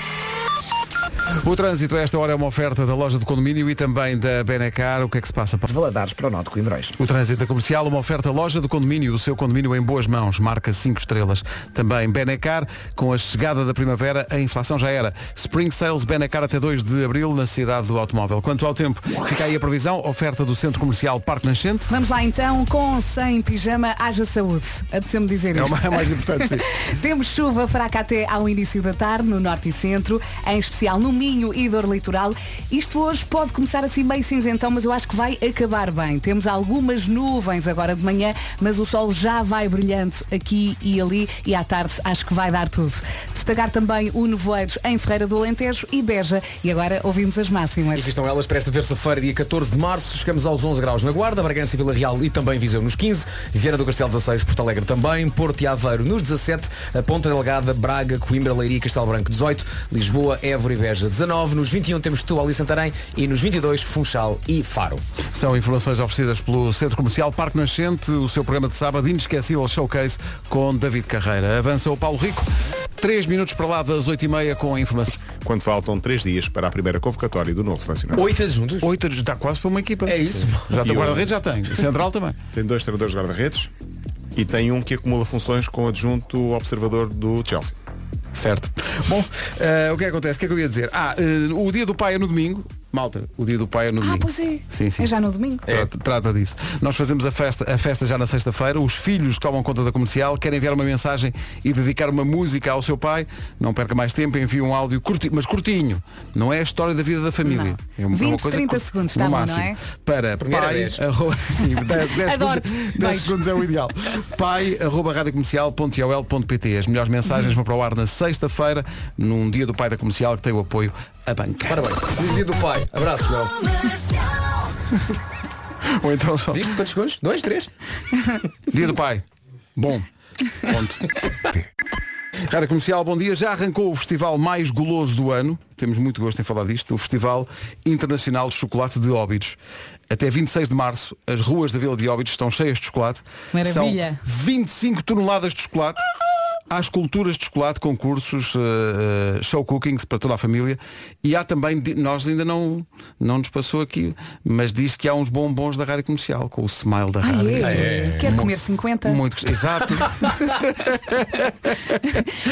[SPEAKER 1] O trânsito a esta hora é uma oferta da loja do condomínio e também da Benecar. O que é que se passa?
[SPEAKER 2] De Valadares para o Norte de Coimbrões.
[SPEAKER 1] O trânsito da comercial, uma oferta loja do condomínio, o seu condomínio em boas mãos, marca 5 estrelas. Também Benecar, com a chegada da primavera, a inflação já era. Spring Sales Benecar até 2 de abril na cidade do automóvel. Quanto ao tempo, fica aí a previsão, oferta do centro comercial Parque Nascente.
[SPEAKER 3] Vamos lá então, com ou sem pijama, haja saúde. Apetece-me dizer
[SPEAKER 1] É o
[SPEAKER 3] isto.
[SPEAKER 1] mais- é o mais importante, sim.
[SPEAKER 3] Temos chuva fraca até ao início da tarde no norte e centro, em especial no Minho e dor litoral. Isto hoje pode começar assim meio cinzentão, mas eu acho que vai acabar bem. Temos algumas nuvens agora de manhã, mas o sol já vai brilhando aqui e ali e à tarde acho que vai dar tudo. Destacar também o nevoeiro em Ferreira do Alentejo e Beja. E agora ouvimos as máximas.
[SPEAKER 8] E aqui estão elas para esta terça-feira, dia 14 de março. Chegamos aos 11 graus na Guarda, Bragança, Vila Real e também Viseu nos 15. Viana do Castelo 16, Porto Alegre também. Porto e Aveiro nos 17. A Ponta Delgada, Braga, Coimbra, Leiria e Castelo Branco 18. Lisboa, Évora e Beja 19. Nos 21 temos Setúbal e Santarém. E nos 22, Funchal e Faro.
[SPEAKER 1] São informações oferecidas pelo Centro Comercial Parque Nascente, o seu programa de sábado inesquecível showcase com David Carreira. Avança o Paulo Rico, 3 minutos para lá das 8h30 com a informação.
[SPEAKER 14] Quando faltam três dias para a primeira convocatória do novo selecionador.
[SPEAKER 8] 8 adjuntos.
[SPEAKER 1] 8 está quase para uma equipa.
[SPEAKER 8] É isso.
[SPEAKER 1] Já
[SPEAKER 14] E
[SPEAKER 1] da
[SPEAKER 14] o-
[SPEAKER 1] guarda-redes já tem. O Central também.
[SPEAKER 14] Tem dois treinadores de guarda-redes e tem um que acumula funções com adjunto observador do Chelsea.
[SPEAKER 1] Certo. Bom, eh, o que é que acontece? O que é que eu ia dizer? Ah, eh, o dia do pai é no domingo. Malta, o dia do pai é no domingo.
[SPEAKER 3] Ah, pois é.
[SPEAKER 1] Sim, sim.
[SPEAKER 3] É já no domingo.
[SPEAKER 1] Trata, trata disso. Nós fazemos a festa, a festa já na sexta-feira. Os filhos tomam conta da comercial, querem enviar uma mensagem e dedicar uma música ao seu pai. Não perca mais tempo, envie um áudio curti, mas curtinho. Não é a história da vida da família.
[SPEAKER 3] Não.
[SPEAKER 1] É uma- é uma
[SPEAKER 3] 20, 30
[SPEAKER 1] curta,
[SPEAKER 3] segundos,
[SPEAKER 1] no
[SPEAKER 3] tá bom,
[SPEAKER 1] máximo.
[SPEAKER 3] não é?
[SPEAKER 1] Para
[SPEAKER 8] Primeira
[SPEAKER 1] pai,
[SPEAKER 8] vez.
[SPEAKER 1] arroba, sim, 10, 10
[SPEAKER 3] Adoro-te.
[SPEAKER 1] segundos, 10
[SPEAKER 3] Beijo.
[SPEAKER 1] segundos é o ideal. pai, arroba, radiocomercial.ol.pt. As melhores mensagens vão para o ar na sexta-feira, num dia do pai da comercial que tem o apoio à banca.
[SPEAKER 8] Parabéns. Feliz Dia do Pai. Abraço, João.
[SPEAKER 1] É. Ou então só.
[SPEAKER 8] Viste quantos segundos? Dois, três?
[SPEAKER 1] Dia do pai. Bom. Ponto. Rádio Comercial, bom dia. Já arrancou o festival mais goloso do ano. Temos muito gosto em falar disto. O Festival Internacional de Chocolate de Óbidos. Até 26 de março, as ruas da Vila de Óbidos estão cheias de chocolate.
[SPEAKER 3] Maravilha.
[SPEAKER 1] São 25 toneladas de chocolate. há esculturas de chocolate, concursos, eh, eh, show cookings para toda a família e há também, di- nós ainda não, não nos passou aqui, mas diz que há uns bombons da rádio comercial, com o smile da
[SPEAKER 3] Ah,
[SPEAKER 1] rádio.
[SPEAKER 3] é? Quero
[SPEAKER 1] Mu-
[SPEAKER 3] comer 50.
[SPEAKER 1] muito gost- exato.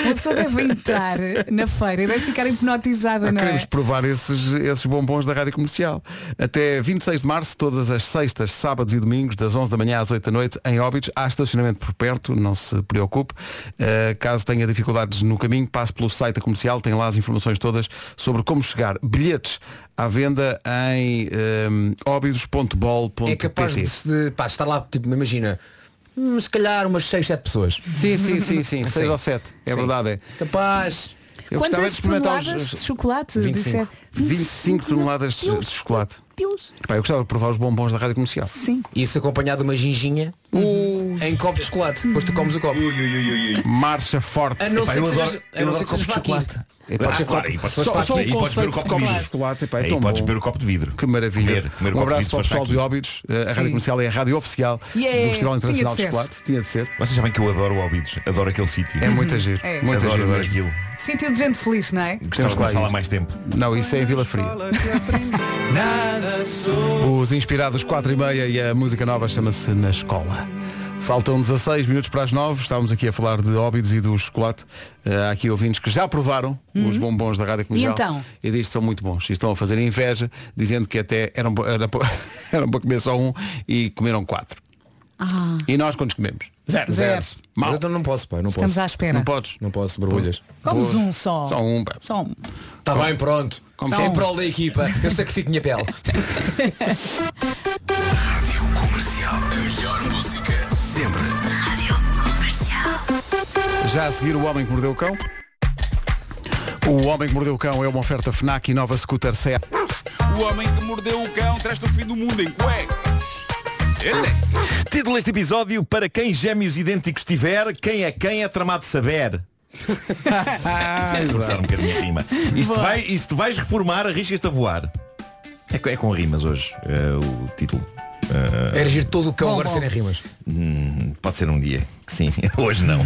[SPEAKER 3] Uma pessoa deve entrar na feira e deve ficar hipnotizada, não
[SPEAKER 1] Queremos
[SPEAKER 3] é?
[SPEAKER 1] provar esses, esses bombons da Rádio Comercial. Até 26 de março, todas as sextas, sábados e domingos, das 11 da manhã às 8 da noite, em Óbidos. Há estacionamento por perto, não se preocupe. Uh, caso tenha dificuldades no caminho, passe pelo site da Comercial, tem lá as informações todas sobre como chegar. Bilhetes à venda em um, óbidos.bol.pt
[SPEAKER 8] É capaz de, de pá, estar lá, tipo, imagina, hum, se calhar umas 6, 7 pessoas.
[SPEAKER 1] Sim, sim, sim, sim, seis ou sete, é verdade, é.
[SPEAKER 8] Capaz.
[SPEAKER 3] Quantas toneladas
[SPEAKER 1] os-
[SPEAKER 3] de chocolate? é
[SPEAKER 1] 25,
[SPEAKER 3] disseram?
[SPEAKER 1] 25 toneladas de, de chocolate.
[SPEAKER 3] Deus.
[SPEAKER 1] Pá, eu gostava de provar os bombons da Rádio Comercial.
[SPEAKER 3] Sim.
[SPEAKER 8] Isso acompanhado de uma ginginha em copo de chocolate. Depois tu comes o copo.
[SPEAKER 1] Marcha forte.
[SPEAKER 8] A não
[SPEAKER 1] Pá,
[SPEAKER 8] ser
[SPEAKER 1] eu
[SPEAKER 8] que
[SPEAKER 1] adoro-
[SPEAKER 8] sejas-
[SPEAKER 1] eu
[SPEAKER 8] a não
[SPEAKER 1] adoro
[SPEAKER 8] ser que sejas
[SPEAKER 1] copos de
[SPEAKER 8] chocolate.
[SPEAKER 1] chocolate.
[SPEAKER 13] É, pode ser copo-
[SPEAKER 8] e pode
[SPEAKER 13] só-
[SPEAKER 8] ser
[SPEAKER 13] só
[SPEAKER 8] fato.
[SPEAKER 13] o
[SPEAKER 8] E podes
[SPEAKER 13] conceito
[SPEAKER 8] beber o copo
[SPEAKER 13] de
[SPEAKER 8] de
[SPEAKER 13] copo.
[SPEAKER 8] vidro.
[SPEAKER 1] chocolate, epá, é
[SPEAKER 13] Aí
[SPEAKER 1] tão
[SPEAKER 13] podes
[SPEAKER 1] bom.
[SPEAKER 13] beber o copo de vidro.
[SPEAKER 1] Que maravilha.
[SPEAKER 13] Comer- comer o
[SPEAKER 1] um
[SPEAKER 13] copo de
[SPEAKER 1] abraço
[SPEAKER 13] vidro
[SPEAKER 1] para o
[SPEAKER 13] se faz
[SPEAKER 1] pessoal
[SPEAKER 13] aqui.
[SPEAKER 1] de Óbidos. A Rádio Comercial é a rádio oficial do
[SPEAKER 3] Yeah,
[SPEAKER 1] Festival
[SPEAKER 3] tinha
[SPEAKER 1] Internacional
[SPEAKER 3] de
[SPEAKER 1] de
[SPEAKER 3] ser.
[SPEAKER 1] Chocolate. Tinha de ser.
[SPEAKER 13] Vocês sabem que eu adoro Óbidos, adoro aquele sítio.
[SPEAKER 1] É muito giro.
[SPEAKER 3] É.
[SPEAKER 1] Muito
[SPEAKER 13] Uhum. adoro,
[SPEAKER 1] giro.
[SPEAKER 13] adoro
[SPEAKER 1] mesmo.
[SPEAKER 13] aquilo.
[SPEAKER 3] Sítio de gente feliz, não é?
[SPEAKER 13] Gostava de
[SPEAKER 1] lá
[SPEAKER 13] passar lá
[SPEAKER 1] isto.
[SPEAKER 13] mais tempo.
[SPEAKER 1] Não, isso é em Vila Fria. Os inspirados 4 e meia e a música nova chama-se Na Escola. Faltam 16 minutos para as 9, estávamos aqui a falar de óbidos e do chocolate. Eh, Há aqui ouvintes que já provaram os bombons da Rádio Comercial.
[SPEAKER 3] Hum? então?
[SPEAKER 1] E diz que são muito bons. E estão a fazer inveja, dizendo que até eram, bo- era, po- eram para comer só um e comeram quatro.
[SPEAKER 3] Ah,
[SPEAKER 1] E nós quantos comemos? Zero.
[SPEAKER 3] Zero.
[SPEAKER 1] Mal.
[SPEAKER 8] Eu então não posso, pai, não
[SPEAKER 3] estamos
[SPEAKER 8] posso.
[SPEAKER 3] à espera.
[SPEAKER 1] Não podes.
[SPEAKER 8] Não posso, borbulhas.
[SPEAKER 3] Comes um só.
[SPEAKER 1] Só um. pá.
[SPEAKER 3] Só um.
[SPEAKER 8] Está bem, pronto.
[SPEAKER 1] Como
[SPEAKER 8] é em
[SPEAKER 1] sempre.
[SPEAKER 8] prol da equipa. Eu sacrifico minha pele.
[SPEAKER 1] Já a seguir o Homem que Mordeu o Cão. O Homem que Mordeu o Cão é uma oferta FNAC e nova scooter Seat.
[SPEAKER 5] O homem que mordeu o cão traz-te o fim do mundo em cuecas.
[SPEAKER 13] Título deste episódio, para quem gêmeos idênticos tiver, quem é quem é tramado saber. Tive de forçar um bocadinho a rima. E se, te vai, e se te vais reformar, arriscas-te a voar. É, co- é com rimas hoje, eh, o título. Eh,
[SPEAKER 8] Erigir todo o cão
[SPEAKER 3] Bom,
[SPEAKER 8] agora
[SPEAKER 3] bom.
[SPEAKER 8] sem rimas.
[SPEAKER 13] Hum, Pode ser um dia, que sim, hoje não.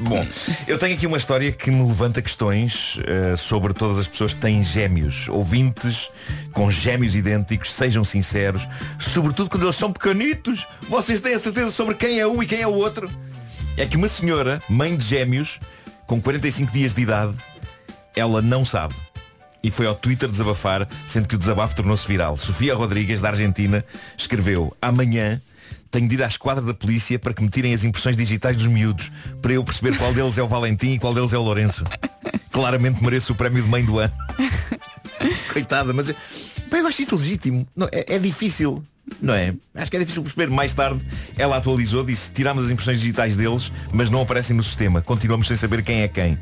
[SPEAKER 13] Bom, eu tenho aqui uma história que me levanta questões eh, sobre todas as pessoas que têm gêmeos, ouvintes com gêmeos idênticos, sejam sinceros, sobretudo quando eles são pequenitos. Vocês têm a certeza sobre quem é um e quem é o outro? É que uma senhora, mãe de gêmeos, com 45 dias de idade, ela não sabe. E foi ao Twitter desabafar, sendo que o desabafo tornou-se viral. Sofia Rodrigues, da Argentina, escreveu Amanhã tenho de ir à esquadra da polícia para que me tirem as impressões digitais dos miúdos, para eu perceber qual deles é o Valentim e qual deles é o Lourenço. Claramente mereço o prémio de mãe do ano. Coitada, mas eu, Pá, eu acho isto legítimo. Não, é, é difícil, não é? Acho que é difícil perceber. Mais tarde, ela atualizou, disse tirámos as impressões digitais deles, mas não aparecem no sistema. Continuamos sem saber quem é quem.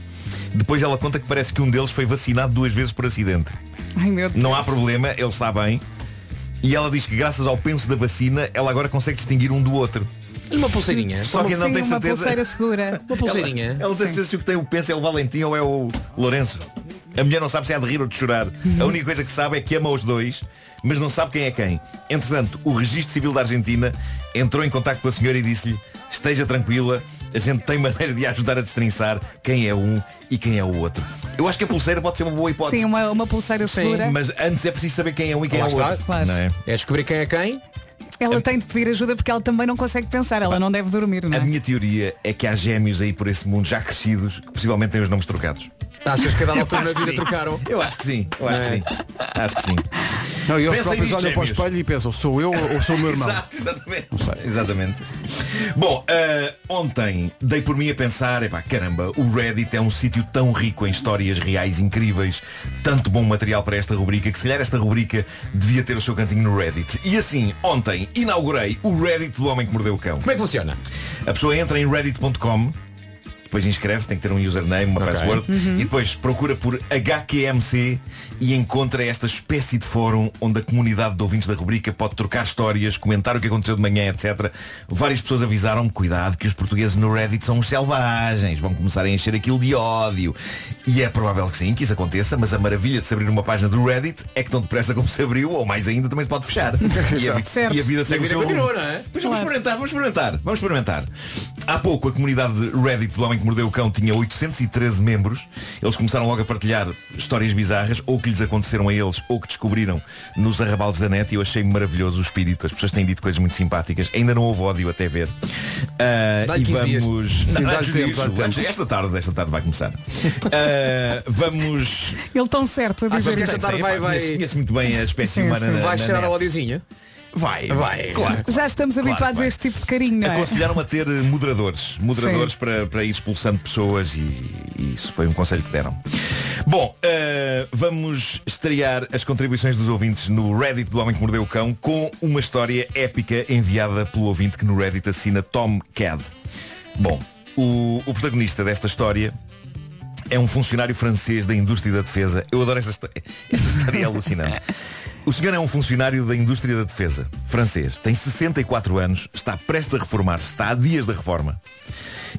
[SPEAKER 13] Depois ela conta que parece que um deles foi vacinado duas vezes por acidente.
[SPEAKER 3] Ai meu Deus.
[SPEAKER 13] Não há problema, ele está bem. E ela diz que graças ao penso da vacina, ela agora consegue distinguir um do outro.
[SPEAKER 8] E uma pulseirinha.
[SPEAKER 13] Só que ainda não
[SPEAKER 3] Sim,
[SPEAKER 13] tem
[SPEAKER 3] uma pulseira
[SPEAKER 13] certeza.
[SPEAKER 3] segura.
[SPEAKER 8] Uma pulseirinha.
[SPEAKER 13] Ela tem certeza se o que tem o penso é o Valentim ou é o Lourenço. A mulher não sabe se há de rir ou de chorar. A única coisa que sabe é que ama os dois, mas não sabe quem é quem. Entretanto, o Registro Civil da Argentina entrou em contato com a senhora e disse-lhe esteja tranquila, a gente tem maneira de a ajudar a destrinçar quem é um e quem é o outro. Eu acho que a pulseira pode ser uma boa hipótese.
[SPEAKER 3] Sim, uma, uma pulseira segura.
[SPEAKER 13] Mas antes é preciso saber quem é um e quem
[SPEAKER 8] Lá
[SPEAKER 13] é o
[SPEAKER 8] está,
[SPEAKER 13] outro.
[SPEAKER 3] claro.
[SPEAKER 13] não é?
[SPEAKER 8] É descobrir quem é quem.
[SPEAKER 3] Ela tem de pedir ajuda porque ela também não consegue pensar. Ela não deve dormir, não
[SPEAKER 13] A
[SPEAKER 3] é?
[SPEAKER 13] minha teoria é que há gêmeos aí por esse mundo já crescidos que possivelmente têm os nomes trocados.
[SPEAKER 8] Tá, Achas que a dada altura
[SPEAKER 13] acho
[SPEAKER 8] na
[SPEAKER 13] que
[SPEAKER 8] vida
[SPEAKER 13] sim.
[SPEAKER 8] trocaram?
[SPEAKER 13] Eu acho que sim, eu acho que sim. Acho que sim.
[SPEAKER 1] Não, e eles
[SPEAKER 13] Pensem
[SPEAKER 1] próprios
[SPEAKER 13] nisto,
[SPEAKER 1] olham para o
[SPEAKER 13] gêmeos.
[SPEAKER 1] espelho e pensam, sou eu ou sou o meu irmão?
[SPEAKER 13] Exato, exatamente. Exatamente. Bom, ah, ontem dei por mim a pensar, epá, caramba, o Reddit é um sítio tão rico em histórias reais incríveis, tanto bom material para esta rubrica, que se calhar esta rubrica devia ter o seu cantinho no Reddit. E assim, ontem inaugurei o Reddit do Homem que Mordeu o Cão.
[SPEAKER 8] Como é que funciona?
[SPEAKER 13] A pessoa entra em reddit.com depois inscreve-se, tem que ter um username, uma password E depois procura por HQMC E encontra esta espécie de fórum Onde a comunidade de ouvintes da rubrica Pode trocar histórias, comentar o que aconteceu de manhã, etc Várias pessoas avisaram-me Cuidado que os portugueses no Reddit são uns selvagens Vão começar a encher aquilo de ódio E é provável que sim, que isso aconteça Mas a maravilha de se abrir uma página do Reddit É que tão depressa como se abriu, ou mais ainda Também se pode fechar E a, vi-
[SPEAKER 3] Certo.
[SPEAKER 13] e a vida segue o seu rumo.
[SPEAKER 8] não é?
[SPEAKER 13] Pois vamos experimentar, vamos experimentar, vamos experimentar. Há pouco a comunidade Reddit do Homem que Mordeu o Cão tinha 813 membros. Eles começaram logo a partilhar histórias bizarras, ou que lhes aconteceram a eles, ou que descobriram nos arrabaldes da net. E eu achei maravilhoso o espírito. As pessoas têm dito coisas muito simpáticas. Ainda não houve ódio até ver. Ah,
[SPEAKER 5] Dá-lhe
[SPEAKER 13] e
[SPEAKER 5] 15 dias.
[SPEAKER 13] vamos.
[SPEAKER 5] Sim,
[SPEAKER 13] Não,
[SPEAKER 5] dá-lhe
[SPEAKER 13] antes
[SPEAKER 5] tempo,
[SPEAKER 13] disso,
[SPEAKER 5] dá-lhe tempo.
[SPEAKER 13] antes- Esta tarde, esta tarde vai começar. Ah, vamos.
[SPEAKER 3] Ele tão certo a
[SPEAKER 13] Acho
[SPEAKER 3] dizer
[SPEAKER 13] que
[SPEAKER 3] isto.
[SPEAKER 13] esta tarde vai- vai- Conheço- conheço muito bem a espécie humana na-
[SPEAKER 8] Vai
[SPEAKER 13] na
[SPEAKER 8] cheirar
[SPEAKER 13] net.
[SPEAKER 8] ao ódiozinho?
[SPEAKER 13] Vai, vai. Claro.
[SPEAKER 3] Já estamos
[SPEAKER 13] Claro que
[SPEAKER 3] habituados a
[SPEAKER 13] vai.
[SPEAKER 3] este tipo de carinho, não é?
[SPEAKER 13] Aconselharam-me a ter eh, moderadores. Moderadores para, para ir expulsando pessoas e, e isso foi um conselho que deram. Bom, eh, vamos estrear as contribuições dos ouvintes no Reddit do Homem que Mordeu o Cão com uma história épica enviada pelo ouvinte que no Reddit assina Tom Cad. Bom, o- o protagonista desta história é um funcionário francês da indústria da defesa. Eu adoro esta história. Esta história é alucinante. O senhor é um funcionário da indústria da defesa francês. Tem 64 anos, está prestes a reformar-se, está a dias da reforma.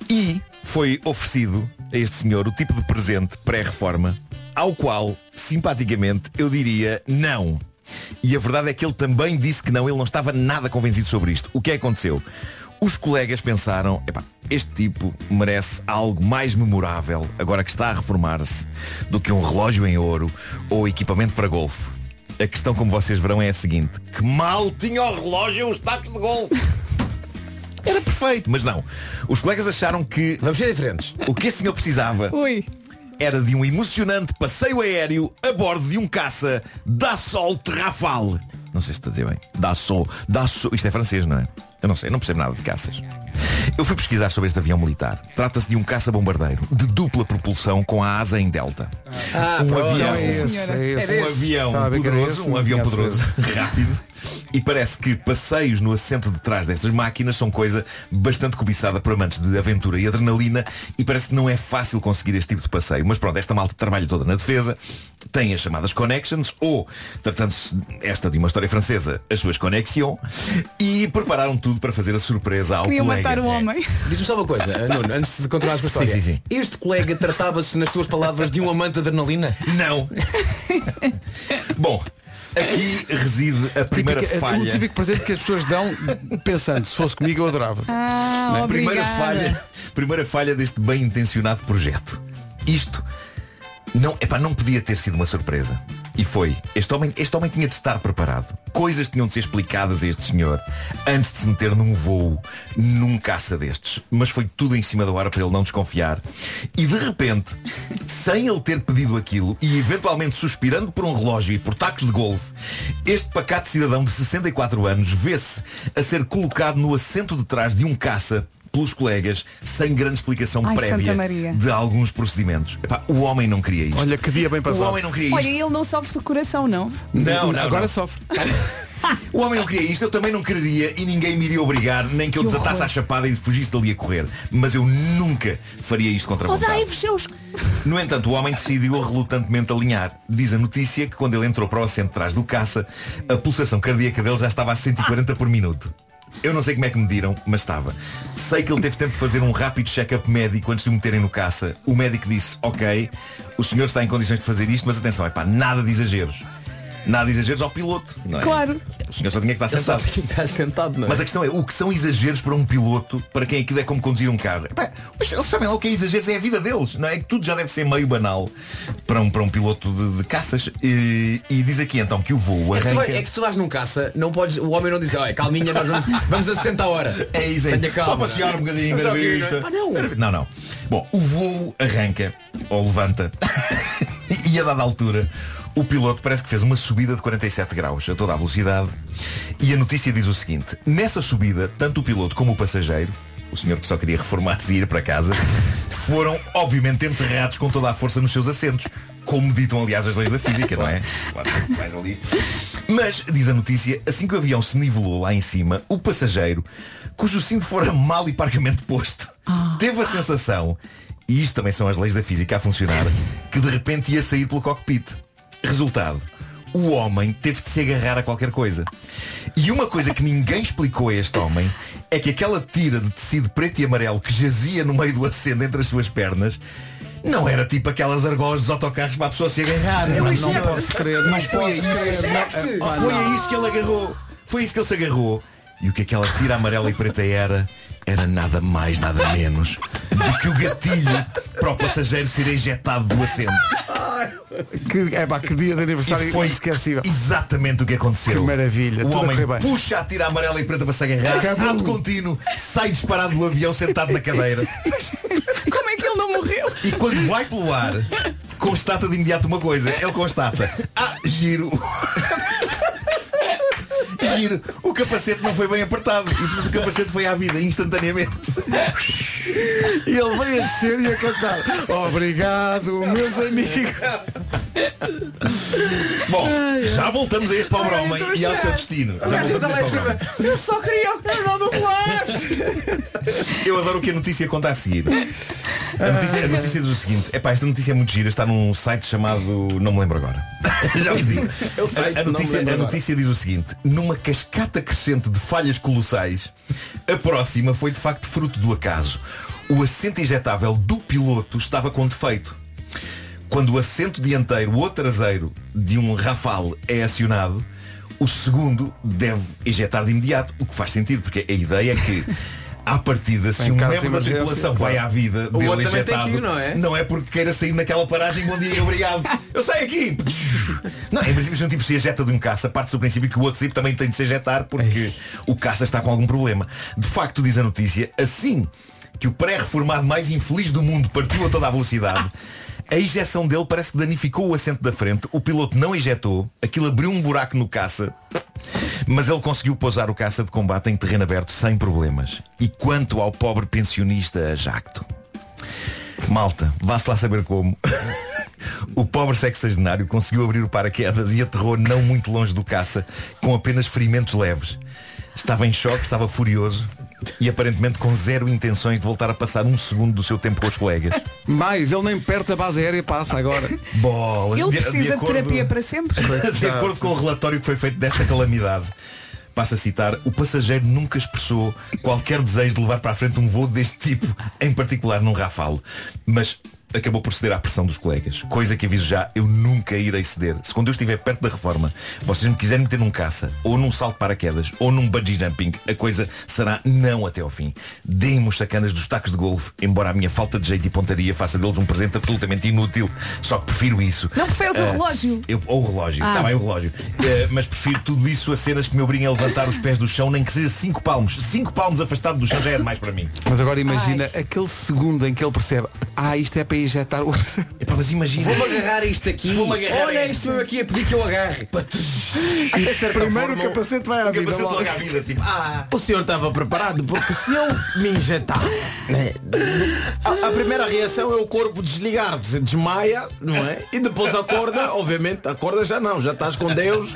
[SPEAKER 13] E foi oferecido a este senhor o tipo de presente pré-reforma ao qual, simpaticamente, eu diria não. E a verdade é que ele também disse que não, ele não estava nada convencido sobre isto. O que é que aconteceu? Os colegas pensaram, epá, este tipo merece algo mais memorável, agora que está a reformar-se, do que um relógio em ouro ou equipamento para golfe. A questão, como vocês verão, é a seguinte. Que mal tinha o relógio os tacos de golfe. Era perfeito, mas não. Os colegas acharam que. Vamos ser diferentes. O que esse senhor precisava era de um emocionante passeio aéreo a bordo de um caça da Sol Terrafal. Não sei se estou a dizer bem. Da Sol. Da Sol. Isto é francês, não é? Eu não sei, eu não percebo nada de caças. Eu fui pesquisar sobre este avião militar. Trata-se de um caça-bombardeiro de dupla propulsão com a asa em delta.
[SPEAKER 5] Ah,
[SPEAKER 13] um
[SPEAKER 5] pronto,
[SPEAKER 13] avião,
[SPEAKER 5] é esse, é esse.
[SPEAKER 13] um avião
[SPEAKER 5] Estava a ver que era
[SPEAKER 13] poderoso,
[SPEAKER 5] esse,
[SPEAKER 13] um
[SPEAKER 5] não
[SPEAKER 13] avião
[SPEAKER 5] tinha
[SPEAKER 13] poderoso,
[SPEAKER 5] certeza.
[SPEAKER 13] rápido. E parece que passeios no assento de trás destas máquinas são coisa bastante cobiçada por amantes de aventura e adrenalina e parece que não é fácil conseguir este tipo de passeio. Mas pronto, esta malta trabalha toda na defesa, tem as chamadas connections ou, tratando-se esta de uma história francesa, as suas connexions e prepararam tudo para fazer a surpresa ao
[SPEAKER 3] Queriam
[SPEAKER 13] colega.
[SPEAKER 3] matar o homem.
[SPEAKER 8] Diz-me só uma coisa, eh, Nuno, antes de continuares com a história.
[SPEAKER 13] Sim, sim, sim.
[SPEAKER 8] Este colega tratava-se, nas tuas palavras, de um amante de adrenalina?
[SPEAKER 13] Não. Bom, aqui reside a primeira
[SPEAKER 1] Típica- eh,
[SPEAKER 13] falha.
[SPEAKER 1] O típico presente que as pessoas dão pensando, se fosse comigo eu adorava.
[SPEAKER 3] Ah,
[SPEAKER 13] Não é? primeira
[SPEAKER 3] obrigada.
[SPEAKER 13] falha, primeira falha deste bem intencionado projeto. Isto não, epá, não podia ter sido uma surpresa. E foi. Este homem, este homem tinha de estar preparado. Coisas tinham de ser explicadas a este senhor antes de se meter num voo, num caça destes. Mas foi tudo em cima da hora para ele não desconfiar. E de repente, sem ele ter pedido aquilo e eventualmente suspirando por um relógio e por tacos de golfe, este pacato cidadão de 64 anos vê-se a ser colocado no assento de trás de um caça pelos colegas sem grande explicação
[SPEAKER 3] Ai, Santa
[SPEAKER 13] prévia
[SPEAKER 3] Maria.
[SPEAKER 13] de alguns procedimentos. Epá, o homem não queria isto. Olha, que dia bem O homem não queria isto.
[SPEAKER 3] Olha, ele não sofre do coração, não.
[SPEAKER 13] Não, não,
[SPEAKER 3] Agora
[SPEAKER 13] não. sofre.
[SPEAKER 8] É
[SPEAKER 13] O homem não queria isto, eu também não quereria e ninguém me iria obrigar, nem que eu
[SPEAKER 3] Que
[SPEAKER 13] desatasse
[SPEAKER 3] horror.
[SPEAKER 13] a chapada e fugisse dali a correr. Mas eu nunca faria isto contra a
[SPEAKER 3] Oh,
[SPEAKER 13] vontade.
[SPEAKER 3] dai-vos seus...
[SPEAKER 13] No entanto, o homem decidiu relutantemente alinhar. Diz a notícia que quando ele entrou para o assento de trás do caça, a pulsação cardíaca dele já estava a 140 por minuto. Eu não sei como é que mediram, mas estava. Sei que ele teve tempo de fazer um rápido check-up médico antes de o meterem no caça. O médico disse, ok, o senhor está em condições de fazer isto, mas atenção, é pá, nada de exageros. Nada de exageros ao piloto. Não é?
[SPEAKER 8] Claro.
[SPEAKER 13] O senhor só tinha que estar
[SPEAKER 8] Ele só
[SPEAKER 13] sentado.
[SPEAKER 8] tinha que estar sentado, não é?
[SPEAKER 13] Mas a questão é, o que são exageros para um piloto, para quem aquilo é como conduzir um carro? Epá, mas eles sabem lá o que é exageros, é a vida deles, não é? Que tudo já deve ser meio banal para um, para um piloto de, de caças. E, e diz aqui então que o voo
[SPEAKER 8] É que, tu vai- é
[SPEAKER 13] arranca.
[SPEAKER 8] que se tu vais num caça, não podes, o homem não diz, olha, calminha, nós vamos, vamos a 60 a hora.
[SPEAKER 13] É isso aí.
[SPEAKER 8] Tenha calma.
[SPEAKER 13] Só passear um bocadinho,
[SPEAKER 8] Mas
[SPEAKER 13] ver a
[SPEAKER 8] só que-
[SPEAKER 13] vista.
[SPEAKER 8] Pá, não.
[SPEAKER 13] Não, não. Bom, o voo arranca, ou levanta, e a dada altura, o piloto parece que fez uma subida de 47 graus a toda a velocidade. E a notícia diz o seguinte, nessa subida, tanto o piloto como o passageiro, o senhor que só queria reformar-se e ir para casa, foram obviamente enterrados com toda a força nos seus assentos. Como ditam, aliás, as leis da física, não é? Claro, mais ali. Mas, diz a notícia, assim que o avião se nivelou lá em cima, o passageiro, cujo cinto fora mal e parcamente posto,
[SPEAKER 3] Ah.
[SPEAKER 13] teve a sensação, e isto também são as leis da física a funcionar, que de repente ia sair pelo cockpit. Resultado, o homem teve de se agarrar a qualquer coisa. E uma coisa que ninguém explicou a este homem é que aquela tira de tecido preto e amarelo que jazia no meio do assento entre as suas pernas não era tipo aquelas argolas dos autocarros para a pessoa se agarrar.
[SPEAKER 1] Eu
[SPEAKER 13] Não,
[SPEAKER 1] injecto.
[SPEAKER 13] não posso crer, não
[SPEAKER 1] Mas foi
[SPEAKER 13] posso
[SPEAKER 8] é
[SPEAKER 1] isso.
[SPEAKER 13] crer.
[SPEAKER 1] Injecte.
[SPEAKER 13] Não, Foi a isso que ele agarrou. Foi a isso que ele se agarrou. E o que aquela tira amarela e preta era era nada mais, nada menos do que o gatilho para o passageiro ser ejetado do assento.
[SPEAKER 1] Que, é pá, que dia de aniversário
[SPEAKER 13] E foi
[SPEAKER 1] inesquecível.
[SPEAKER 13] Exatamente o que aconteceu.
[SPEAKER 1] Que maravilha.
[SPEAKER 13] O
[SPEAKER 1] Tudo a
[SPEAKER 13] homem
[SPEAKER 1] correr bem.
[SPEAKER 13] puxa a tira amarela e preta para se agarrar,
[SPEAKER 1] Acabou.
[SPEAKER 13] ato contínuo, sai disparado do avião sentado na cadeira.
[SPEAKER 12] Como é que ele não morreu?
[SPEAKER 13] E quando vai pelo ar, constata de imediato uma coisa. Ele constata, ah, giro. Giro, o capacete não foi bem apertado e portanto, o capacete foi à vida instantaneamente.
[SPEAKER 1] E ele veio a descer e a cantar. Obrigado, meus amigos.
[SPEAKER 13] Bom,
[SPEAKER 12] Ai,
[SPEAKER 13] já voltamos a este pobre homem
[SPEAKER 12] estou a
[SPEAKER 13] e ao seu
[SPEAKER 12] chorar.
[SPEAKER 13] destino.
[SPEAKER 12] O
[SPEAKER 8] é
[SPEAKER 13] Já
[SPEAKER 12] gajo
[SPEAKER 13] voltamos
[SPEAKER 12] está
[SPEAKER 13] a
[SPEAKER 12] lá em
[SPEAKER 13] este pobre
[SPEAKER 12] cima. Eu só queria o canal do Flash.
[SPEAKER 13] Eu adoro o que a notícia conta a seguir. A notícia, a notícia diz o seguinte, epá, esta notícia é muito gira, está num site chamado. Não me lembro agora. Já me digo.
[SPEAKER 14] Eu sei,
[SPEAKER 13] a, a
[SPEAKER 14] É não me
[SPEAKER 13] notícia,
[SPEAKER 14] lembro
[SPEAKER 13] a
[SPEAKER 14] agora.
[SPEAKER 13] notícia diz o seguinte, numa cascata crescente de falhas colossais, a próxima foi de facto fruto do acaso. O assento injetável do piloto estava com defeito. Quando o assento dianteiro ou traseiro de um Rafale é acionado, o segundo deve ejetar de imediato, o que faz sentido, porque a ideia é que, à partida, se
[SPEAKER 14] Em
[SPEAKER 13] um
[SPEAKER 14] caso de
[SPEAKER 13] membro da
[SPEAKER 14] emergência,
[SPEAKER 13] tripulação vai
[SPEAKER 14] claro.
[SPEAKER 13] à vida
[SPEAKER 14] O
[SPEAKER 13] dele
[SPEAKER 14] outro também tem
[SPEAKER 13] ejetado,
[SPEAKER 14] que ir, não é?
[SPEAKER 13] porque queira sair naquela paragem, bom dia, obrigado, eu saio aqui. Não, em princípio, se um tipo se ejeta de um caça, parte do princípio que o outro tipo também tem de se ejetar, porque o caça está com algum problema. De facto, diz a notícia, assim que o pré-reformado mais infeliz do mundo partiu a toda a velocidade, a injeção dele parece que danificou o assento da frente, o piloto não injetou, aquilo abriu um buraco no caça, mas ele conseguiu pousar o caça de combate em terreno aberto sem problemas. E quanto ao pobre pensionista a jacto? Malta, vá-se lá saber como. o pobre sexagenário conseguiu abrir o paraquedas e aterrou não muito longe do caça, com apenas ferimentos leves. Estava em choque, estava furioso e aparentemente com zero intenções de voltar a passar um segundo do seu tempo com os colegas.
[SPEAKER 1] Mais, ele nem perto da base aérea passa agora.
[SPEAKER 13] Bolas,
[SPEAKER 3] Ele
[SPEAKER 13] de- de
[SPEAKER 3] precisa de
[SPEAKER 13] acordo-
[SPEAKER 3] terapia para sempre.
[SPEAKER 13] de acordo com o relatório que foi feito desta calamidade, passo a citar, o passageiro nunca expressou qualquer desejo de levar para a frente um voo deste tipo, em particular num Rafale. Mas acabou por ceder à pressão dos colegas, coisa que aviso já, eu nunca irei ceder. Se quando eu estiver perto da reforma, vocês me quiserem meter num caça, ou num salto de paraquedas, ou num bungee jumping, a coisa será não até ao fim. Deem-me os sacanas dos tacos de golfe, embora a minha falta de jeito e pontaria faça deles um presente absolutamente inútil. Só que prefiro isso.
[SPEAKER 3] Não preferes o
[SPEAKER 13] Ah,
[SPEAKER 3] relógio?
[SPEAKER 13] eu- ou o relógio,
[SPEAKER 3] Ah.
[SPEAKER 13] está bem o relógio. Eh, mas prefiro tudo isso a cenas que me obriguem a levantar os pés do chão, nem que seja 5 palmos. 5 palmos afastado do chão já é demais para mim.
[SPEAKER 1] Mas agora imagina aquele segundo em que ele percebe, ah, isto é para injetar o.
[SPEAKER 13] mas imagina.
[SPEAKER 8] Vou-me agarrar a isto aqui.
[SPEAKER 1] Vou-me agarrar a
[SPEAKER 8] Olha
[SPEAKER 1] isto.
[SPEAKER 8] isto mesmo aqui a pedir que eu agarre.
[SPEAKER 1] De certa Primeiro forma, o capacete vai à o vida capacete logo. logo à
[SPEAKER 13] vida tipo,
[SPEAKER 15] Ah, O senhor estava preparado porque se eu me injetar, né, a, a primeira reação é o corpo desligar, se desmaia, não é? E depois acorda, obviamente, acorda já não, já estás com Deus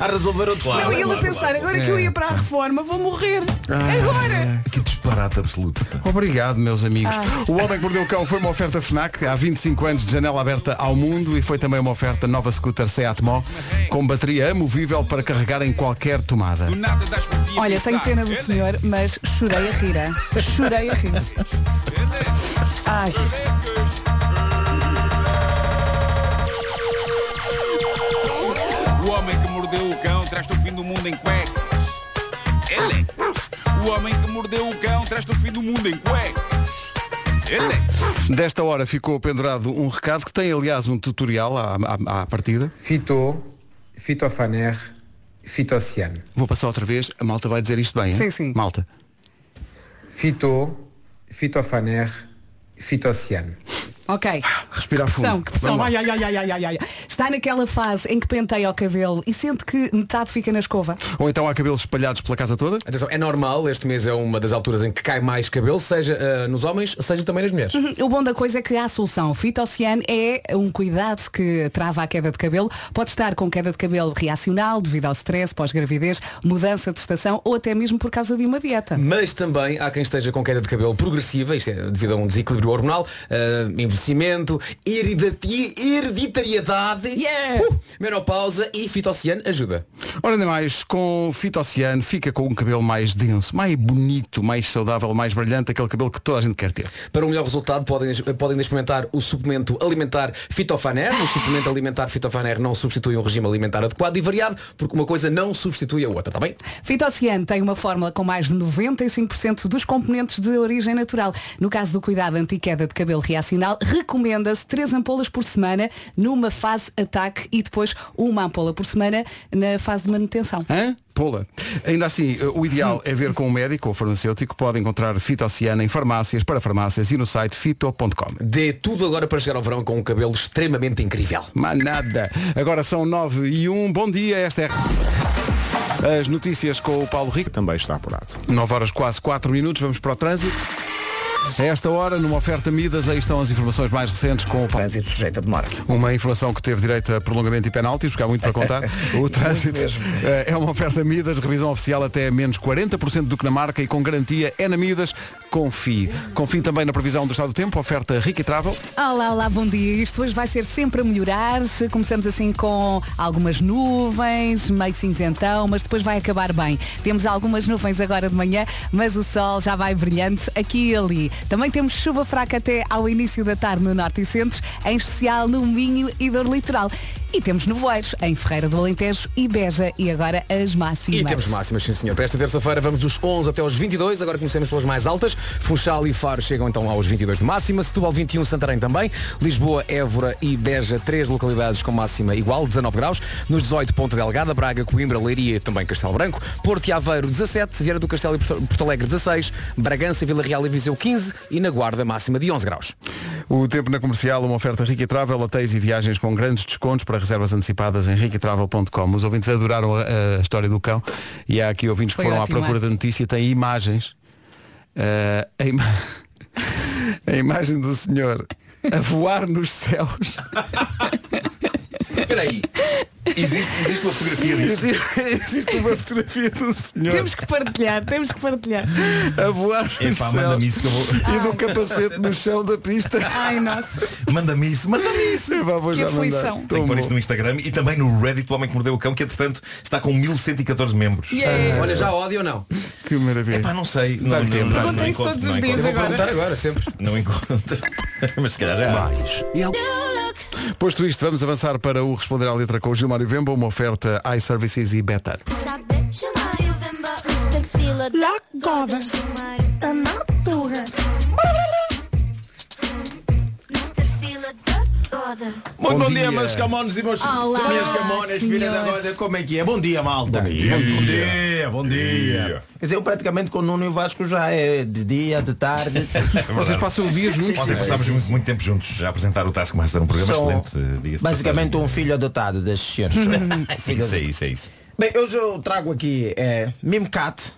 [SPEAKER 15] a resolver outro
[SPEAKER 3] não, e ele a
[SPEAKER 15] problema.
[SPEAKER 3] pensar, agora
[SPEAKER 13] É.
[SPEAKER 3] que eu ia para a reforma, vou morrer.
[SPEAKER 13] Ah.
[SPEAKER 3] agora!
[SPEAKER 13] Que disparate absoluto.
[SPEAKER 1] Obrigado, meus amigos.
[SPEAKER 3] Ah.
[SPEAKER 1] O Homem que Mordeu o Cão foi uma oferta FNAC há 25 anos de janela aberta ao mundo e foi também uma oferta nova scooter Seat Mó com bateria amovível para carregar em qualquer tomada.
[SPEAKER 3] Olha, tenho pena
[SPEAKER 13] é
[SPEAKER 3] do senhor, mas chorei a rir. ah. Chorei a rir. Ai.
[SPEAKER 16] O homem que mordeu o cão traz-te o fim do mundo em cueca. Ele. é O homem que mordeu o cão traz-te o fim do mundo em cueca. Ele. é
[SPEAKER 1] Desta hora ficou pendurado um recado que tem, aliás, um tutorial à, à- à partida.
[SPEAKER 17] Fito, fitofaner, fitociano.
[SPEAKER 1] Vou passar outra vez, a malta vai dizer isto bem, hein?
[SPEAKER 17] Sim, sim.
[SPEAKER 1] Malta.
[SPEAKER 17] Fito, fitofaner, fitociano.
[SPEAKER 3] Ok.
[SPEAKER 1] Respira
[SPEAKER 3] Que pressão, que pressão. Ai, ai, ai, ai, ai, ai, ai. Está naquela fase em que penteia o cabelo e sente que metade fica na escova.
[SPEAKER 1] Ou então há cabelos espalhados pela casa toda?
[SPEAKER 8] Atenção, é normal, este mês é uma das alturas em que cai mais cabelo, seja ah, nos homens, seja também nas mulheres.
[SPEAKER 3] Uhum. O bom da coisa é que há a solução. Fitocian é um cuidado que trava a queda de cabelo. Pode estar com queda de cabelo reacional, devido ao stress, pós-gravidez, mudança de estação ou até mesmo por causa de uma dieta.
[SPEAKER 8] Mas também há quem esteja com queda de cabelo progressiva, isto é devido a um desequilíbrio hormonal, ah, envelhecimento envelhecimento, heredati- hereditariedade, uh, menopausa e fitoceano ajuda.
[SPEAKER 1] Ora, ainda mais, com fitociano fica com um cabelo mais denso, mais bonito, mais saudável, mais brilhante, aquele cabelo que toda a gente quer ter.
[SPEAKER 8] Para um melhor resultado podem, podem experimentar o suplemento alimentar Fitofaner. O suplemento alimentar Fitofaner não substitui um regime alimentar adequado e variado, porque uma coisa não substitui a outra, está bem?
[SPEAKER 3] Fitoceano tem uma fórmula com mais de 95% dos componentes de origem natural. No caso do cuidado anti-queda de cabelo reacional, recomenda-se 3 ampolas por semana numa fase ataque e depois uma ampola por semana na fase de manutenção.
[SPEAKER 1] Hã? Pula. Ainda assim, eh, o ideal é ver com um médico ou farmacêutico. Pode encontrar fitociano em farmácias, para farmácias e no site fito.com.
[SPEAKER 8] Dê tudo agora para chegar ao verão com um cabelo extremamente incrível.
[SPEAKER 1] Mas nada. Agora são 9 e 1. Bom dia, esta é. As notícias com o Paulo Rico.
[SPEAKER 14] Também está apurado.
[SPEAKER 1] 9 horas quase 4 minutos, vamos para o trânsito. A esta hora, numa oferta Midas, aí estão as informações mais recentes com o
[SPEAKER 2] Trânsito sujeito a demora.
[SPEAKER 1] Uma informação que teve direito a prolongamento e penaltis, porque há muito para contar. O trânsito
[SPEAKER 2] mesmo.
[SPEAKER 1] eh, é uma oferta Midas, revisão oficial até menos 40% do que na marca e com garantia é na Midas. Confie. Confie também na previsão do estado do tempo, oferta Rica e Travel.
[SPEAKER 3] Olá, olá, bom dia. Isto hoje vai ser sempre a melhorar. Começamos assim com algumas nuvens, meio cinzentão, mas depois vai acabar bem. Temos algumas nuvens agora de manhã, mas o sol já vai brilhando aqui e ali. Também temos chuva fraca até ao início da tarde no norte e centro, em especial no Minho e dor litoral. E temos nevoeiros em Ferreira do Alentejo e Beja. E agora as máximas.
[SPEAKER 8] E temos máximas, sim senhor. Para esta terça-feira vamos dos 11 até aos 22, agora comecemos pelas mais altas. Funchal e Faro chegam então aos 22 de máxima, Setúbal 21, Santarém também, Lisboa, Évora e Beja, três localidades com máxima igual, 19 graus. Nos 18, Ponta Delgada, Braga, Coimbra, Leiria e também Castelo Branco, Porto e Aveiro 17, Vieira do Castelo e Porto Porto Alegre 16, Bragança, Vila Real e Viseu 15 e na Guarda máxima de 11 graus.
[SPEAKER 1] O tempo na comercial, uma oferta Rica e Travel, hotéis e viagens com grandes descontos para reservas antecipadas em ricatravel.com. Os ouvintes adoraram a, a história do cão e há aqui ouvintes
[SPEAKER 3] Foi
[SPEAKER 1] que foram
[SPEAKER 3] ótimo,
[SPEAKER 1] à procura
[SPEAKER 3] é?
[SPEAKER 1] da notícia, têm imagens. Ah, a, ima- a imagem do senhor a voar nos céus.
[SPEAKER 13] Espera aí. Existe, existe uma fotografia disso.
[SPEAKER 1] Existe uma fotografia do senhor.
[SPEAKER 3] Temos que partilhar, temos que partilhar.
[SPEAKER 1] A voar nos
[SPEAKER 13] Epá,
[SPEAKER 1] céus.
[SPEAKER 13] manda-me isso que eu vou-
[SPEAKER 1] E do capacete no chão da pista.
[SPEAKER 3] Ai, nossa.
[SPEAKER 13] Manda-me isso, manda-me isso.
[SPEAKER 1] Epá, vou
[SPEAKER 13] Que
[SPEAKER 1] já mandar.
[SPEAKER 13] aflição. Tem
[SPEAKER 1] Tão
[SPEAKER 13] que pôr
[SPEAKER 1] bom.
[SPEAKER 13] isto no Instagram e também no Reddit do Homem que Mordeu o Cão, que entretanto está com 1114 membros.
[SPEAKER 8] Yeah. Olha, já ódio ou não?
[SPEAKER 1] Que maravilha.
[SPEAKER 13] Epá, não sei. Não, não, não, não
[SPEAKER 8] Pergunta isso
[SPEAKER 13] encontro,
[SPEAKER 8] todos
[SPEAKER 13] não
[SPEAKER 8] os dias
[SPEAKER 13] encontro.
[SPEAKER 8] Eu vou agora. perguntar agora, sempre.
[SPEAKER 13] Não encontro. Mas se calhar já é mais.
[SPEAKER 1] Posto isto, vamos avançar para o Responder à Letra com o Gilmário Vemba, uma oferta iServices e Better.
[SPEAKER 15] Muito
[SPEAKER 1] Bom
[SPEAKER 15] bom,
[SPEAKER 1] dia.
[SPEAKER 15] dia, meus camones e meus
[SPEAKER 3] Olá,
[SPEAKER 15] minhas camonas, filha da
[SPEAKER 3] senhores.
[SPEAKER 15] goda, como é que é? Bom dia, malta. Bom Bom
[SPEAKER 13] dia.
[SPEAKER 15] dia, bom dia. Quer dizer, eu praticamente com o Nuno e o Vasco já é de dia, de tarde.
[SPEAKER 13] Vocês
[SPEAKER 1] passam o dia
[SPEAKER 15] juntos?
[SPEAKER 13] Ontem
[SPEAKER 15] Sim,
[SPEAKER 13] passámos
[SPEAKER 15] sim,
[SPEAKER 13] muito, muito tempo juntos a apresentar o Taskmaster, um programa
[SPEAKER 15] Sou
[SPEAKER 13] excelente. diga-se de
[SPEAKER 15] Basicamente um filho adotado das senhoras.
[SPEAKER 13] passagem. Isso é isso, é isso.
[SPEAKER 15] Bem, hoje eu trago aqui é, Mimcat,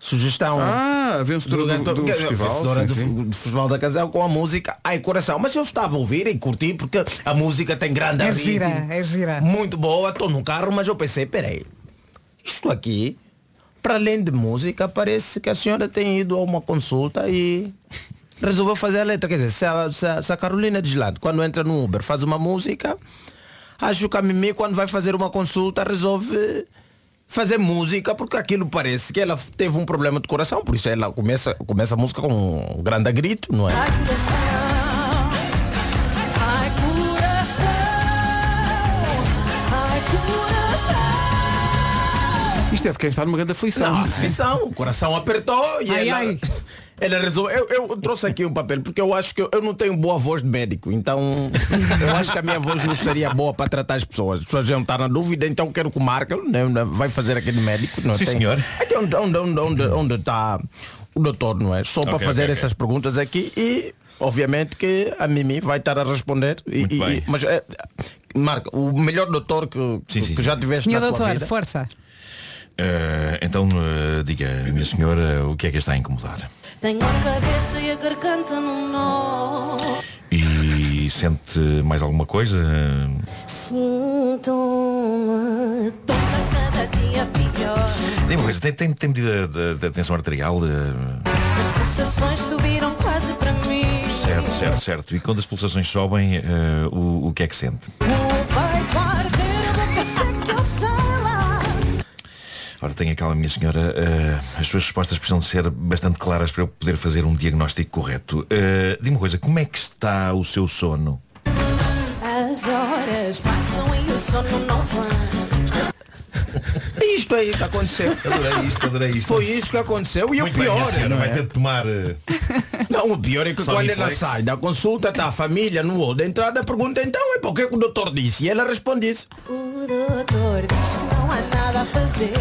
[SPEAKER 15] sugestão.
[SPEAKER 1] Ah, a vencedora do- do
[SPEAKER 15] que-
[SPEAKER 1] festival,
[SPEAKER 13] é
[SPEAKER 15] vencedora
[SPEAKER 1] sim,
[SPEAKER 15] do,
[SPEAKER 1] sim.
[SPEAKER 15] do Festival da Casal com a música Ai Coração. Mas eu estava a ouvir e curti porque a música tem grande
[SPEAKER 3] É
[SPEAKER 15] ritmo,
[SPEAKER 3] gira, é gira.
[SPEAKER 15] Muito boa, estou no carro, mas eu pensei, peraí, isto aqui, para além de música, parece que a senhora tem ido a uma consulta e resolveu fazer a letra. Quer dizer, se a, se a- se a Carolina Deslado, quando entra no Uber, faz uma música, acho que a Mimi, quando vai fazer uma consulta, resolve fazer música, porque aquilo parece que ela teve um problema de coração, por isso ela começa, começa a música com um grande grito, não é?
[SPEAKER 12] Ai, coração, ai, coração.
[SPEAKER 1] Isto é de quem está numa grande aflição.
[SPEAKER 15] Não, aflição, o coração apertou e
[SPEAKER 13] é
[SPEAKER 1] Ai,
[SPEAKER 15] ela,
[SPEAKER 1] ai.
[SPEAKER 15] ela resolveu. Eu, eu trouxe aqui um papel porque eu acho que eu, eu não tenho boa voz de médico, então eu acho que a minha voz não seria boa para tratar as pessoas. As pessoas não estar na dúvida, então quero que o marque, né, né, vai fazer aquele médico. Não
[SPEAKER 13] Sim,
[SPEAKER 15] tem-
[SPEAKER 13] senhor.
[SPEAKER 15] Aqui onde está onde, onde, onde, onde tá o doutor, não é? Só para
[SPEAKER 13] Ok,
[SPEAKER 15] fazer
[SPEAKER 13] ok, ok.
[SPEAKER 15] essas perguntas aqui e obviamente que a Mimi vai estar a responder. E,
[SPEAKER 13] Muito
[SPEAKER 15] e-
[SPEAKER 13] bem.
[SPEAKER 15] e- mas é, Marco, o melhor doutor que, que já tiveste
[SPEAKER 3] Senhor
[SPEAKER 15] na tua
[SPEAKER 3] doutor,
[SPEAKER 15] vida.
[SPEAKER 3] força.
[SPEAKER 13] Eh, então, eh, diga, minha senhora, o que é que a está a incomodar?
[SPEAKER 12] Tenho a cabeça e a garganta num nó.
[SPEAKER 13] E sente mais alguma coisa?
[SPEAKER 12] Sinto-me tonta cada dia pior.
[SPEAKER 13] Diga uma coisa, tem, tem, tem medida de, de tensão arterial? eh?
[SPEAKER 12] As pulsações subiram quase para mim.
[SPEAKER 13] Certo, certo, certo. E quando as pulsações sobem, eh, o, o que é que sente? Ora, tenho aquela minha senhora, eh, as suas respostas precisam de ser bastante claras para eu poder fazer um diagnóstico correto. Eh, Diga-me uma coisa, como é que está o seu sono?
[SPEAKER 12] As horas passam e o sono não vem.
[SPEAKER 15] Isto aí que aconteceu.
[SPEAKER 13] Adorei isto, adorei isto.
[SPEAKER 15] Foi isso que aconteceu. E
[SPEAKER 13] Muito
[SPEAKER 15] o
[SPEAKER 13] bem,
[SPEAKER 15] pior.
[SPEAKER 13] minha senhora,
[SPEAKER 15] não,
[SPEAKER 13] vai
[SPEAKER 15] é?
[SPEAKER 13] ter de tomar. eh,
[SPEAKER 15] Não, o pior é que
[SPEAKER 13] Só
[SPEAKER 15] quando ela
[SPEAKER 13] reflex.
[SPEAKER 15] sai da consulta, está a família no hall da entrada, pergunta então é porque que o doutor disse. E ela responde isso.
[SPEAKER 12] O doutor diz que não há nada a fazer.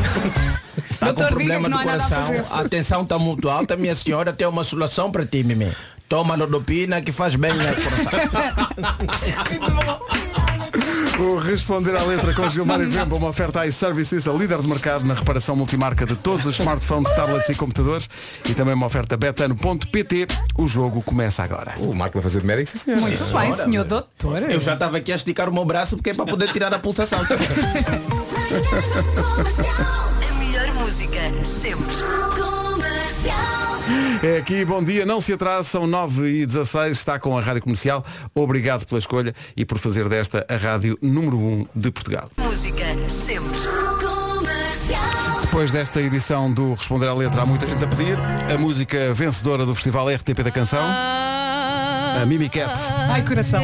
[SPEAKER 15] Está Tá com
[SPEAKER 12] Doutor, diga
[SPEAKER 15] problema
[SPEAKER 12] que não
[SPEAKER 15] do
[SPEAKER 12] há nada a
[SPEAKER 15] coração,
[SPEAKER 12] fazer.
[SPEAKER 15] a tensão está muito alta, minha senhora tem uma solução para ti, mimi. Toma lodopina que faz bem ao coração.
[SPEAKER 1] O Responder à Letra com Gilmar e Vemba, uma oferta iServices, a líder de mercado na reparação multimarca de todos os smartphones, tablets e computadores e também uma oferta betano.pt. O jogo começa agora.
[SPEAKER 8] O Marco vai fazer de médico, sim, senhor.
[SPEAKER 15] Muito
[SPEAKER 8] Sim,
[SPEAKER 15] bem,
[SPEAKER 8] senhora.
[SPEAKER 15] senhor doutor. Eu já estava aqui a esticar o meu braço porque é para poder tirar a pulsação.
[SPEAKER 4] A melhor música, sempre. Comercial.
[SPEAKER 1] É aqui, bom dia, não se atrase, são 9 e 16 está com a Rádio Comercial. Obrigado pela escolha e por fazer desta a rádio número 1 de Portugal.
[SPEAKER 4] Música, sempre. Comercial.
[SPEAKER 1] Depois desta edição do Responder à Letra, há muita gente a pedir a música vencedora do Festival RTP da Canção, a Mimi Cat.
[SPEAKER 3] Ai, coração.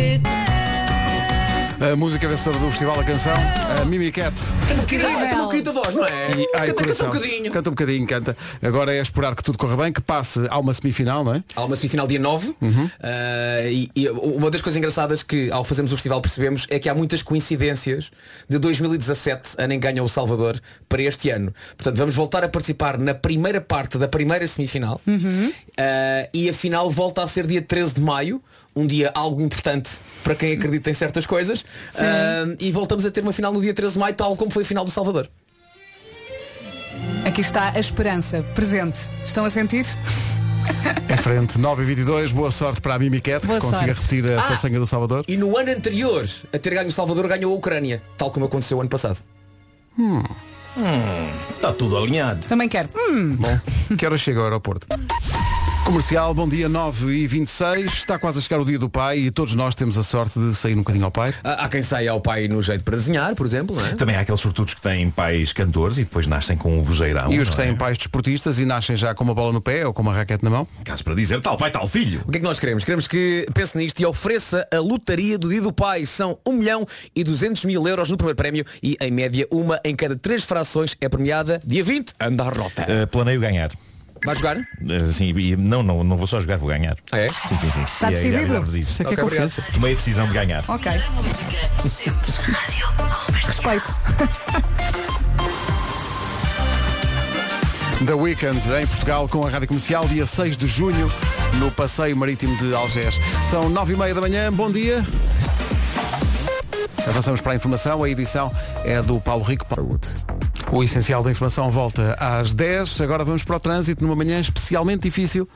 [SPEAKER 1] A música vencedora do Festival da Canção, a Mimi Cat.
[SPEAKER 3] Incrível.
[SPEAKER 8] Ah, tem
[SPEAKER 12] um
[SPEAKER 8] uma bonita voz, não é?
[SPEAKER 1] E,
[SPEAKER 8] Canta-
[SPEAKER 1] ai,
[SPEAKER 8] canta
[SPEAKER 1] coração.
[SPEAKER 8] um bocadinho.
[SPEAKER 1] Canta um bocadinho, canta. Agora é esperar que tudo corra bem, que passe a uma semifinal, não é?
[SPEAKER 8] Há uma semifinal dia 9 ah, e, e uma das coisas engraçadas que ao fazermos o festival percebemos é que há muitas coincidências de 2017, ano em que ganhou o Salvador, para este ano. Portanto, vamos voltar a participar na primeira parte da primeira semifinal ah, e a final volta a ser dia 13 de maio, um dia algo importante para quem acredita em certas coisas ah, e voltamos a ter uma final no dia 13 de maio, tal como foi a final do Salvador.
[SPEAKER 3] Aqui está a esperança presente. Estão a sentir?
[SPEAKER 1] Em É frente, 9 e 22 boa sorte para a Mimi Cat, que
[SPEAKER 3] Boa
[SPEAKER 1] consiga
[SPEAKER 3] sorte.
[SPEAKER 1] repetir a
[SPEAKER 8] Ah!
[SPEAKER 1] façanha do Salvador.
[SPEAKER 8] E no ano anterior a ter ganho o Salvador ganhou a Ucrânia, tal como aconteceu ano passado.
[SPEAKER 15] Está tudo alinhado.
[SPEAKER 3] Também quero. Hum.
[SPEAKER 1] Bom, que hora chega ao aeroporto? Comercial, bom dia 9 e 26 Está quase a chegar o dia do pai e todos nós temos a sorte de sair um bocadinho ao pai.
[SPEAKER 8] Há há quem saia ao pai no jeito para desenhar, por exemplo, não é?
[SPEAKER 13] Também há aqueles sortudos que têm pais cantores e depois nascem com um vozeirão.
[SPEAKER 1] E os
[SPEAKER 13] não
[SPEAKER 1] que
[SPEAKER 13] é?
[SPEAKER 1] têm pais desportistas e nascem já com uma bola no pé ou com uma raquete na mão.
[SPEAKER 13] Caso para dizer tal pai, tal filho.
[SPEAKER 8] O que é que nós queremos? Queremos que pense nisto e ofereça a lotaria do Dia do Pai. São 1 milhão e 200 mil euros no primeiro prémio e, em média, uma em cada três frações é premiada. Dia 20, anda à rota.
[SPEAKER 13] Eh, planeio ganhar.
[SPEAKER 8] Vai jogar?
[SPEAKER 13] Eh, Assim, e não, não, não vou só jogar, vou ganhar.
[SPEAKER 8] É?
[SPEAKER 13] Sim, sim, sim.
[SPEAKER 3] Está
[SPEAKER 13] E é- e é-
[SPEAKER 3] decidido?
[SPEAKER 13] é- é- isso.
[SPEAKER 1] é que é
[SPEAKER 8] Ok, obrigado.
[SPEAKER 13] Tomei a decisão de ganhar.
[SPEAKER 3] Ok.
[SPEAKER 4] Música, sempre. Rádio
[SPEAKER 3] Respeito.
[SPEAKER 1] The Weekend em Portugal com a Rádio Comercial, dia 6 de junho, no Passeio Marítimo de Algés. São 9 e meia da manhã, bom dia. Avançamos para a informação, a edição é do Paulo Rico. O essencial da informação volta às 10. Agora vamos para o trânsito numa manhã especialmente difícil.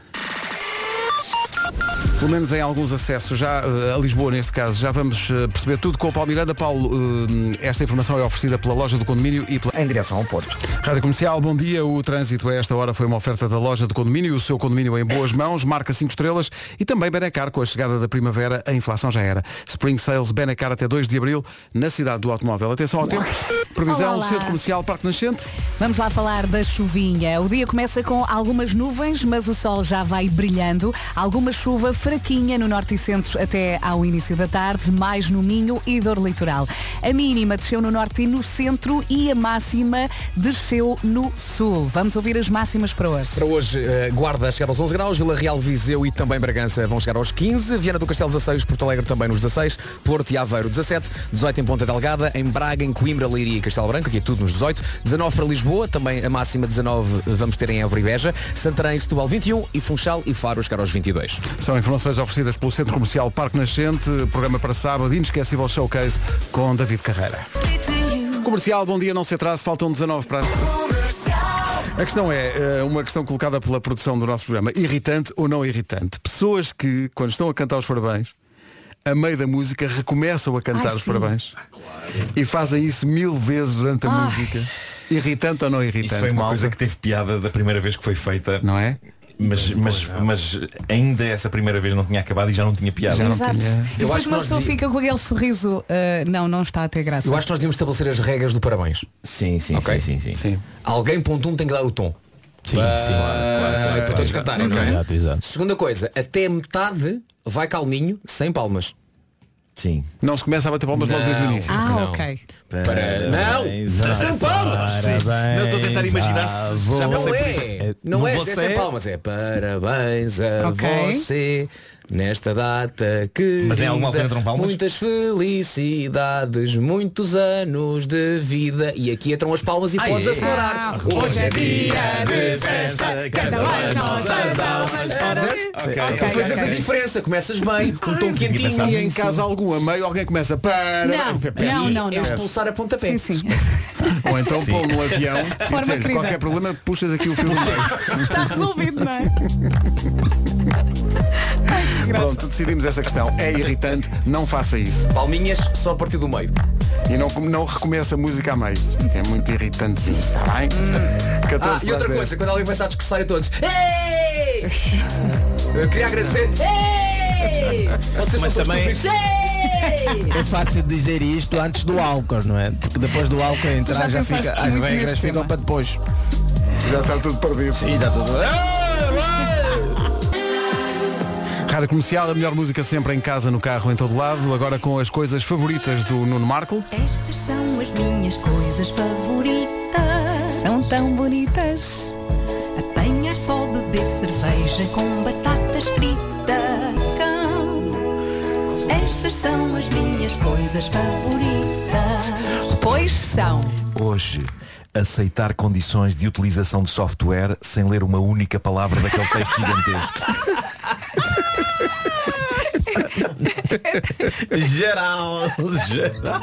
[SPEAKER 1] Pelo menos em alguns acessos, já eh, a Lisboa neste caso, já vamos eh, perceber tudo com o Paulo Miranda. Paulo, eh, esta informação é oferecida pela loja do condomínio e pela...
[SPEAKER 2] Em direção ao Porto.
[SPEAKER 1] Rádio Comercial, bom dia. O trânsito a esta hora foi uma oferta da loja de condomínio, o seu condomínio em boas mãos, marca 5 estrelas e também Benacar com a chegada da primavera, a inflação já era. Spring Sales Benacar até 2 de abril na cidade do automóvel. Atenção ao tempo. Previsão,
[SPEAKER 3] Olá, olá.
[SPEAKER 1] centro comercial, Parque Nascente.
[SPEAKER 3] Vamos lá falar da chuvinha. O dia começa com algumas nuvens, mas o sol já vai brilhando. Alguma chuva fraquinha no norte e centro até ao início da tarde, mais no Minho e dor litoral. A mínima desceu no norte e no centro e a máxima desceu no sul. Vamos ouvir as máximas para hoje.
[SPEAKER 8] Para hoje, eh, Guarda a chegar aos 11 graus, Vila Real, Viseu e também Bragança vão chegar aos 15, Viana do Castelo 16, Porto Alegre também nos 16, Porto e Aveiro 17, 18 em Ponta Delgada, em Braga, em Coimbra, Leiria e Castelo Branco, aqui é tudo nos 18, 19 para Lisboa, também a máxima 19 vamos ter em Évora e Beja, Santarém e Setúbal 21 e Funchal e Faro a chegar aos 22.
[SPEAKER 1] São informações oferecidas pelo centro comercial Parque Nascente, programa para sábado, inesquecível showcase com David Carreira. Comercial, bom dia, não se atrase, faltam 19 para... A questão é, eh, uma questão colocada pela produção do nosso programa, irritante ou não irritante? Pessoas que, quando estão a cantar os parabéns, a meio da música recomeçam a cantar
[SPEAKER 3] Ai,
[SPEAKER 1] os
[SPEAKER 3] sim.
[SPEAKER 1] parabéns.
[SPEAKER 8] Ah,
[SPEAKER 1] E fazem isso mil vezes durante a
[SPEAKER 3] Ai.
[SPEAKER 1] música. Irritante ou não irritante?
[SPEAKER 13] Isso foi uma
[SPEAKER 1] malta?
[SPEAKER 13] coisa que teve piada da primeira vez que foi feita.
[SPEAKER 1] Não é?
[SPEAKER 13] Mas, mas, mas ainda essa primeira vez não tinha acabado e já não tinha piada.
[SPEAKER 3] Exato. E
[SPEAKER 8] Eu
[SPEAKER 3] depois
[SPEAKER 8] acho que
[SPEAKER 3] uma
[SPEAKER 8] nós
[SPEAKER 3] pessoa
[SPEAKER 8] devia-
[SPEAKER 3] fica com aquele sorriso. ah, não, não está a ter graça.
[SPEAKER 8] Eu acho que nós devíamos estabelecer as regras do parabéns.
[SPEAKER 13] Sim, sim, sim, sim,
[SPEAKER 8] Alguém, ponto um, tem que dar o tom.
[SPEAKER 18] Sim, sim, claro, claro, claro,
[SPEAKER 8] Para todos
[SPEAKER 18] claro.
[SPEAKER 8] cantarem,
[SPEAKER 18] Ok.
[SPEAKER 8] não Ah, é?
[SPEAKER 18] Exato, exato.
[SPEAKER 8] Segunda coisa, até metade vai calminho, sem palmas.
[SPEAKER 13] Sim.
[SPEAKER 1] Não se começa a bater palmas logo desde o início.
[SPEAKER 8] Ah,
[SPEAKER 1] Não.
[SPEAKER 8] ok.
[SPEAKER 1] Para-
[SPEAKER 18] Parabéns
[SPEAKER 1] Não!
[SPEAKER 18] a-
[SPEAKER 1] Sem palmas!
[SPEAKER 18] parabéns
[SPEAKER 1] Não, estou a tentar
[SPEAKER 18] a
[SPEAKER 1] imaginar se já
[SPEAKER 18] você.
[SPEAKER 8] Não
[SPEAKER 1] passei
[SPEAKER 8] é, não
[SPEAKER 18] Não
[SPEAKER 8] é, é
[SPEAKER 18] você?
[SPEAKER 8] sem palmas, é parabéns a
[SPEAKER 18] Ok.
[SPEAKER 8] você nesta data que
[SPEAKER 13] Mas em alguma altura entram palmas?
[SPEAKER 8] muitas felicidades, muitos anos de vida e aqui entram as palmas e
[SPEAKER 18] Ah,
[SPEAKER 8] podes
[SPEAKER 18] é?
[SPEAKER 8] acelerar.
[SPEAKER 18] Ah, hoje é dia de festa, cada um as nossas almas para-
[SPEAKER 8] Percebes?
[SPEAKER 18] Ok,
[SPEAKER 8] Então
[SPEAKER 18] ok,
[SPEAKER 8] fazes
[SPEAKER 18] ok.
[SPEAKER 8] a diferença, começas bem, um tom quentinho
[SPEAKER 1] E em casa alguma, meio alguém começa para.
[SPEAKER 8] Não,
[SPEAKER 1] Peço.
[SPEAKER 8] não, não, não.
[SPEAKER 1] Peço.
[SPEAKER 8] Expulsar a pontapé.
[SPEAKER 3] Sim, sim.
[SPEAKER 1] Ou então
[SPEAKER 8] Sim.
[SPEAKER 1] pô no avião
[SPEAKER 8] De
[SPEAKER 1] e
[SPEAKER 8] forma
[SPEAKER 1] dizer,
[SPEAKER 8] querida.
[SPEAKER 1] qualquer problema, puxas aqui o filme.
[SPEAKER 3] Está resolvido, não é?
[SPEAKER 1] Pronto, decidimos essa questão. É irritante, não faça isso.
[SPEAKER 8] Palminhas só a partir do meio.
[SPEAKER 1] E não, não recomeça a música a meio. É muito irritante, sim. Está bem?
[SPEAKER 8] Ah,
[SPEAKER 1] 14
[SPEAKER 8] e outra
[SPEAKER 1] para as
[SPEAKER 8] coisa, quando alguém começa a discursar e todos. "Ei!" Eu queria agradecer. "Ei!" Vocês
[SPEAKER 18] Mas
[SPEAKER 8] são todos
[SPEAKER 18] também-
[SPEAKER 8] estúpidos. "Ei!"
[SPEAKER 18] É fácil dizer isto antes do álcool, não é? Porque depois do álcool
[SPEAKER 1] Tu já
[SPEAKER 18] entrar já,
[SPEAKER 1] pensaste
[SPEAKER 18] fica, as
[SPEAKER 1] muito
[SPEAKER 18] regras
[SPEAKER 1] neste
[SPEAKER 18] ficam para depois.
[SPEAKER 1] Já está tudo perdido.
[SPEAKER 18] Sim, já está
[SPEAKER 8] Ah,
[SPEAKER 18] tudo.
[SPEAKER 1] Rádio Comercial, a melhor música sempre em casa, no carro, em todo lado. Agora com as coisas favoritas do Nuno Marco.
[SPEAKER 4] Estas são as minhas coisas favoritas.
[SPEAKER 3] São tão bonitas.
[SPEAKER 4] Apanhar só, beber cerveja com batatas fritas. Cão. Estas são as minhas coisas favoritas.
[SPEAKER 3] Pois são.
[SPEAKER 13] Hoje, aceitar condições de utilização de software sem ler uma única palavra daquele texto gigantesco.
[SPEAKER 18] Geral, geral.